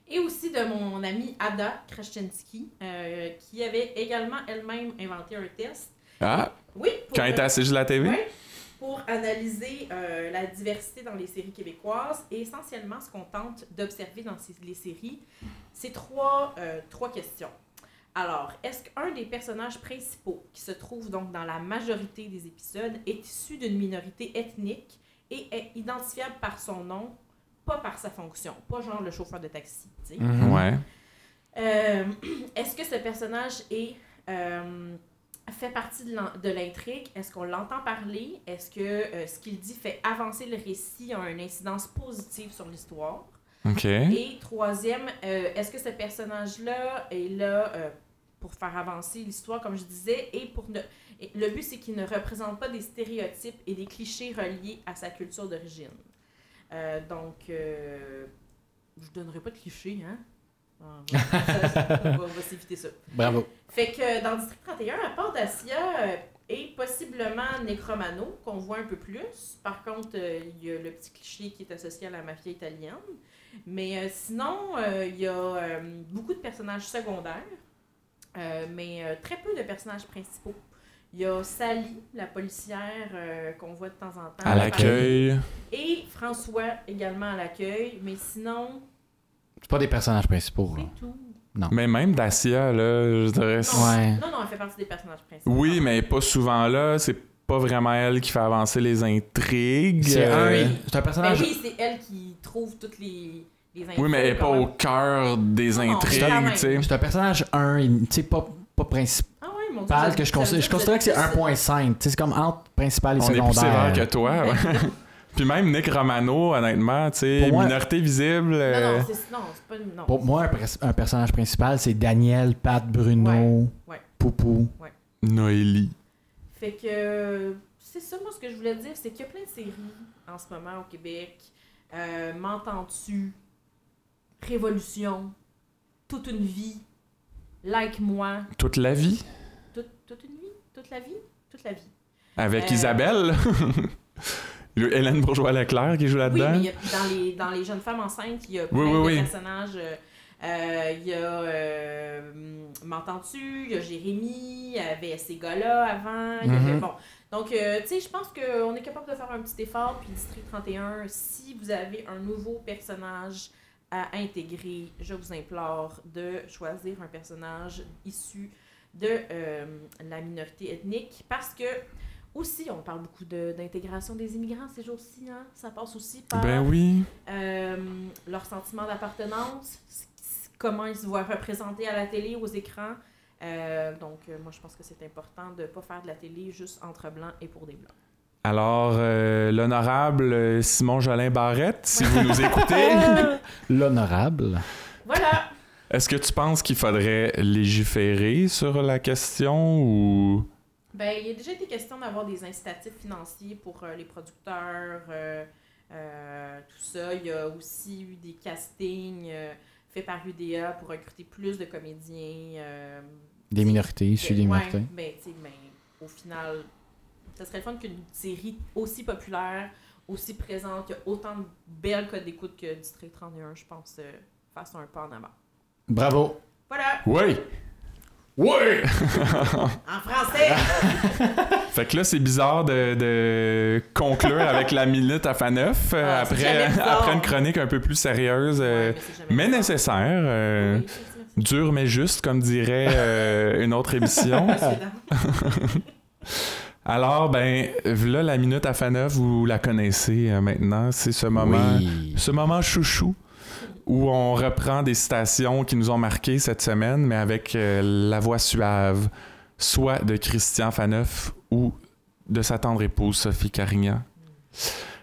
B: Et aussi de mon amie Ada Kraschinsky, euh, qui avait également elle-même inventé un test.
A: Ah,
B: Oui, pour-
A: quand il était assis de la TV?
B: Ouais, pour analyser euh, la diversité dans les séries québécoises. Et essentiellement, ce qu'on tente d'observer dans ces- les séries, c'est trois, euh, trois questions. Alors, est-ce qu'un des personnages principaux, qui se trouve donc dans la majorité des épisodes, est issu d'une minorité ethnique et est identifiable par son nom, pas par sa fonction, pas genre le chauffeur de taxi, tu sais?
A: Ouais.
B: Euh, Est-ce que ce personnage est, euh, fait partie de l'en- de l'intrigue? Est-ce qu'on l'entend parler? Est-ce que euh, ce qu'il dit fait avancer le récit a une incidence positive sur l'histoire?
A: OK.
B: Et troisième, euh, est-ce que ce personnage-là est là euh, pour faire avancer l'histoire, comme je disais, et pour ne... et le but, c'est qu'il ne représente pas des stéréotypes et des clichés reliés à sa culture d'origine. Euh, donc, euh, je donnerai pas de clichés, hein? On va- on va- on va s'éviter ça.
C: Bravo.
B: Fait que dans District 31, à part Dacia euh, et possiblement Necromano, qu'on voit un peu plus. Par contre, euh, il y a le petit cliché qui est associé à la mafia italienne. Mais euh, sinon, euh, il y a euh, beaucoup de personnages secondaires, euh, mais euh, très peu de personnages principaux. Il y a Sally, la policière euh, qu'on voit de temps en temps.
A: À l'accueil.
B: Et François également à l'accueil. Mais sinon,
C: C'est pas des personnages principaux. là.
B: c'est tout.
A: Mais même Dacia, là, je dirais.
B: Non,
C: Ouais.
B: non, non, elle fait partie des personnages principaux.
A: Oui, mais pas souvent là. C'est pas vraiment elle qui fait avancer les intrigues.
C: C'est un,
A: Euh,
C: c'est un
B: Mais
C: personnage.
B: Ben oui, c'est elle qui trouve toutes les, les infos.
A: Oui, mais elle est pas
B: quand
A: au
B: même.
A: cœur des
B: Non,
A: intrigues,
B: quand même.
A: tu sais.
C: C'est un personnage 1, tu sais, pas, pas principal
B: Ah oui, mon
C: que je considère. Je considère que c'est 1.5. tu sais, C'est comme entre principal et
A: On est plus sévère
C: secondaire.
A: que toi. ouais. Puis même Nick Romano, honnêtement, tu sais,
C: Pour moi-
A: minorité visible.
B: Non,
A: euh,
B: non, c'est non, c'est pas une. Non.
C: Pour moi, un, pres- un personnage principal, c'est Daniel, Pat, Bruno,
B: Ouais, ouais.
C: Poupou.
A: Noélie.
B: Fait que euh, c'est ça, moi, ce que je voulais dire, c'est qu'il y a plein de séries en ce moment au Québec. Euh, M'entends-tu? Révolution. Toute une vie. Like moi.
A: Toute la vie.
B: Toute, toute une vie? Toute la vie? Toute la vie.
A: Avec
B: Euh.
A: Isabelle. Le Hélène Bourgeois-Leclerc qui joue
B: Oui,
A: là-dedans.
B: mais il y a- dans, les, dans les jeunes femmes enceintes, il y a plein
A: oui,
B: de
A: oui.
B: personnages. euh, euh, Il y a euh, M'entends-tu, il y a Jérémy, il y avait ces gars-là avant. il y avait-
C: Mhm.
B: bon. Donc, euh, tu sais, je pense qu'on est capable de faire un petit effort. Puis District 31, si vous avez un nouveau personnage à intégrer, je vous implore de choisir un personnage issu de euh, la minorité ethnique parce que aussi on parle beaucoup de- d'intégration des immigrants ces jours-ci hein? ça passe aussi par
A: Ben oui.
B: euh, leur sentiment d'appartenance, c- c- comment ils se voient représentés à la télé, aux écrans. Euh, donc, euh, moi, je pense que c'est important de ne pas faire de la télé juste entre blancs et pour des blancs.
A: Alors, euh, l'honorable euh, Simon Jolin Barrette, si vous nous écoutez,
C: L'honorable.
B: Voilà!
A: est-ce que tu penses qu'il faudrait légiférer sur la question ou.
B: Ben, il y a déjà été question d'avoir des incitatifs financiers pour euh, les producteurs, euh, euh, tout ça. Il y a aussi eu des castings euh, faits par UDA pour recruter plus de comédiens. euh,
C: Des minorités, issus des
B: Ouais,
C: minorités.
B: ben, tu sais, ben, au final, ça serait le fun qu'une série aussi populaire, aussi présente, qu'il y a autant de belles codes d'écoute que District 31, je pense, euh, fasse un pas en avant.
C: Bravo.
B: Voilà,
A: Oui! Oui!
B: en français!
A: Ah, Fait que là, c'est bizarre de, de conclure avec la minute à fa 9
B: Ah, c'est
A: après,
B: jamais bizarre.
A: après une chronique un peu plus sérieuse, euh,
B: Ouais, c'est jamais
A: mais
B: grave.
A: nécessaire. euh,
B: Oui, merci, merci.
A: Dure mais juste, comme dirait euh, une autre émission.
B: Monsieur Dam.
A: Alors, ben, voilà la minute à fa 9 vous la connaissez euh, maintenant. C'est ce moment,
C: Oui.
A: ce moment chouchou où on reprend des citations qui nous ont marquées cette semaine, mais avec euh, la voix suave, soit de Christian Faneuf ou de sa tendre épouse Sophie Carignan.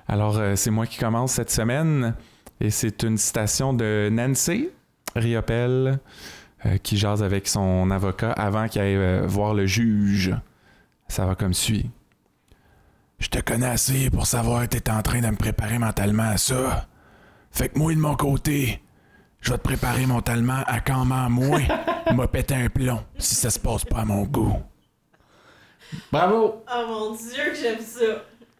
A: Alors, euh, c'est moi qui commence cette semaine, et c'est une citation de Nancy Riopel, euh, qui jase avec son avocat avant qu'il aille euh, voir le juge. Ça va comme suit. Je te connais assez pour savoir que t'es en train de me préparer mentalement à ça. Fait que moi, de mon côté, je vais te préparer mentalement à comment moi m'a pété un plomb si ça se passe pas à mon goût.
C: Bravo.
B: Oh mon dieu, que j'aime ça!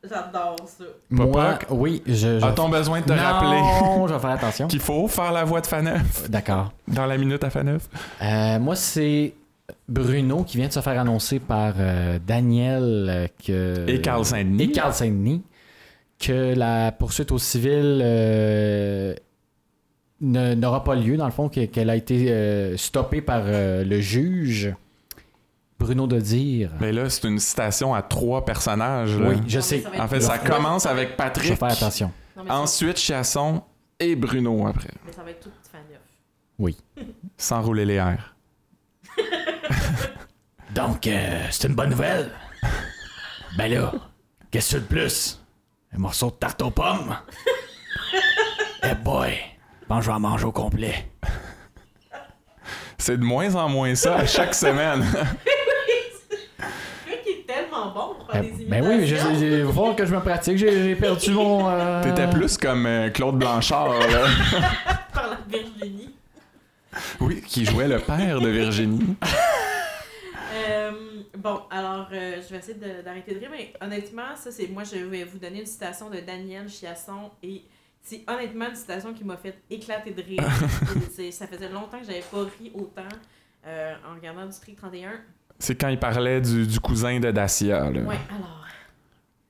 B: J'adore ça!
C: Moi,
A: Popoc.
C: oui, je. je...
A: A-t-on Ah, besoin de te
C: non,
A: rappeler
C: je vais faire attention. Euh,
A: qu'il faut faire la voix de Faneuf
C: D'accord.
A: dans la minute à Faneuf?
C: Euh, moi, c'est Bruno qui vient de se faire annoncer par euh, Daniel euh, que...
A: Et Carl Saint-Denis.
C: Et Carl Saint-Denis que la poursuite au civil euh, ne- n'aura pas lieu, dans le fond, que- qu'elle a été euh, stoppée par euh, le juge. Bruno de dire.
A: Mais là, c'est une citation à trois personnages. là.
C: Oui, je
B: Non,
C: sais.
B: Ah, mais va être
A: En fait,
B: trop
A: ça
B: facile.
A: commence avec
C: Je vais
A: Patrick,
C: faire attention.
B: Non, mais, ça-
A: ensuite Chasson et Bruno après.
B: mais ça va être tout petit fan neuf.
A: Sans rouler les airs.
C: Donc, euh, c'est une bonne nouvelle. ben là, qu'est-ce que tu veux de plus? Un morceau de tarte aux pommes? Eh boy, je pense que je vais en manger au complet.
A: C'est de moins en moins ça à chaque semaine.
B: Quelqu'un qui est tellement bon pour faire
C: Ben,
B: des imitations.
C: ben oui, mais je- je- il va falloir que je me pratique. J'ai j'ai perdu mon... euh,
A: T'étais plus comme euh, Claude Blanchard, là.
B: Par la Virginie.
A: Oui, qui jouait le père de Virginie.
B: Euh, bon, alors, euh, je vais essayer de- d'arrêter de rire, mais honnêtement, ça, c'est moi, je vais vous donner une citation de Daniel Chiasson et c'est honnêtement une citation qui m'a fait éclater de rire. C'est- ça faisait longtemps que j'avais pas ri autant euh, en regardant District 31.
A: C'est quand il parlait du, du cousin de Dacia. Là.
B: Ouais, alors.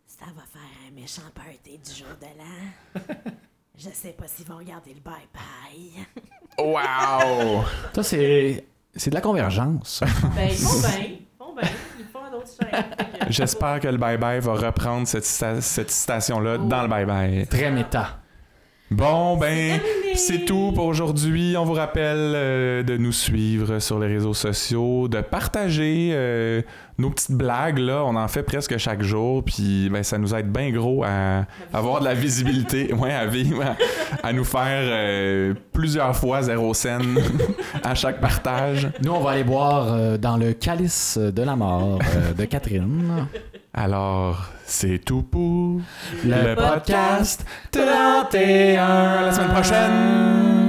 B: Ça va faire un méchant party du jour de l'an. Je sais pas s'ils vont garder le bye-bye.
A: Wow!
C: Ça, c'est... C'est de la convergence.
B: Ben, ils font bien. Ils font bien. Ils font un autre chaîne. Fait que,
A: J'espère que le bye-bye va reprendre cette, cita- cette citation-là dans le bye-bye.
C: Très méta.
A: Bon, ben,
B: Terminé.
A: c'est tout pour aujourd'hui. On vous rappelle euh, de nous suivre sur les réseaux sociaux, de partager euh, nos petites blagues. Là. On en fait presque chaque jour, puis ben, ça nous aide bien gros à avoir de la visibilité, ouais, à vivre, à, à nous faire euh, plusieurs fois zéro scène à chaque partage.
C: Nous, on va aller boire euh, dans le calice de la mort euh, de Catherine.
A: Alors, c'est tout pour le
C: Le
A: podcast 31. À la semaine prochaine!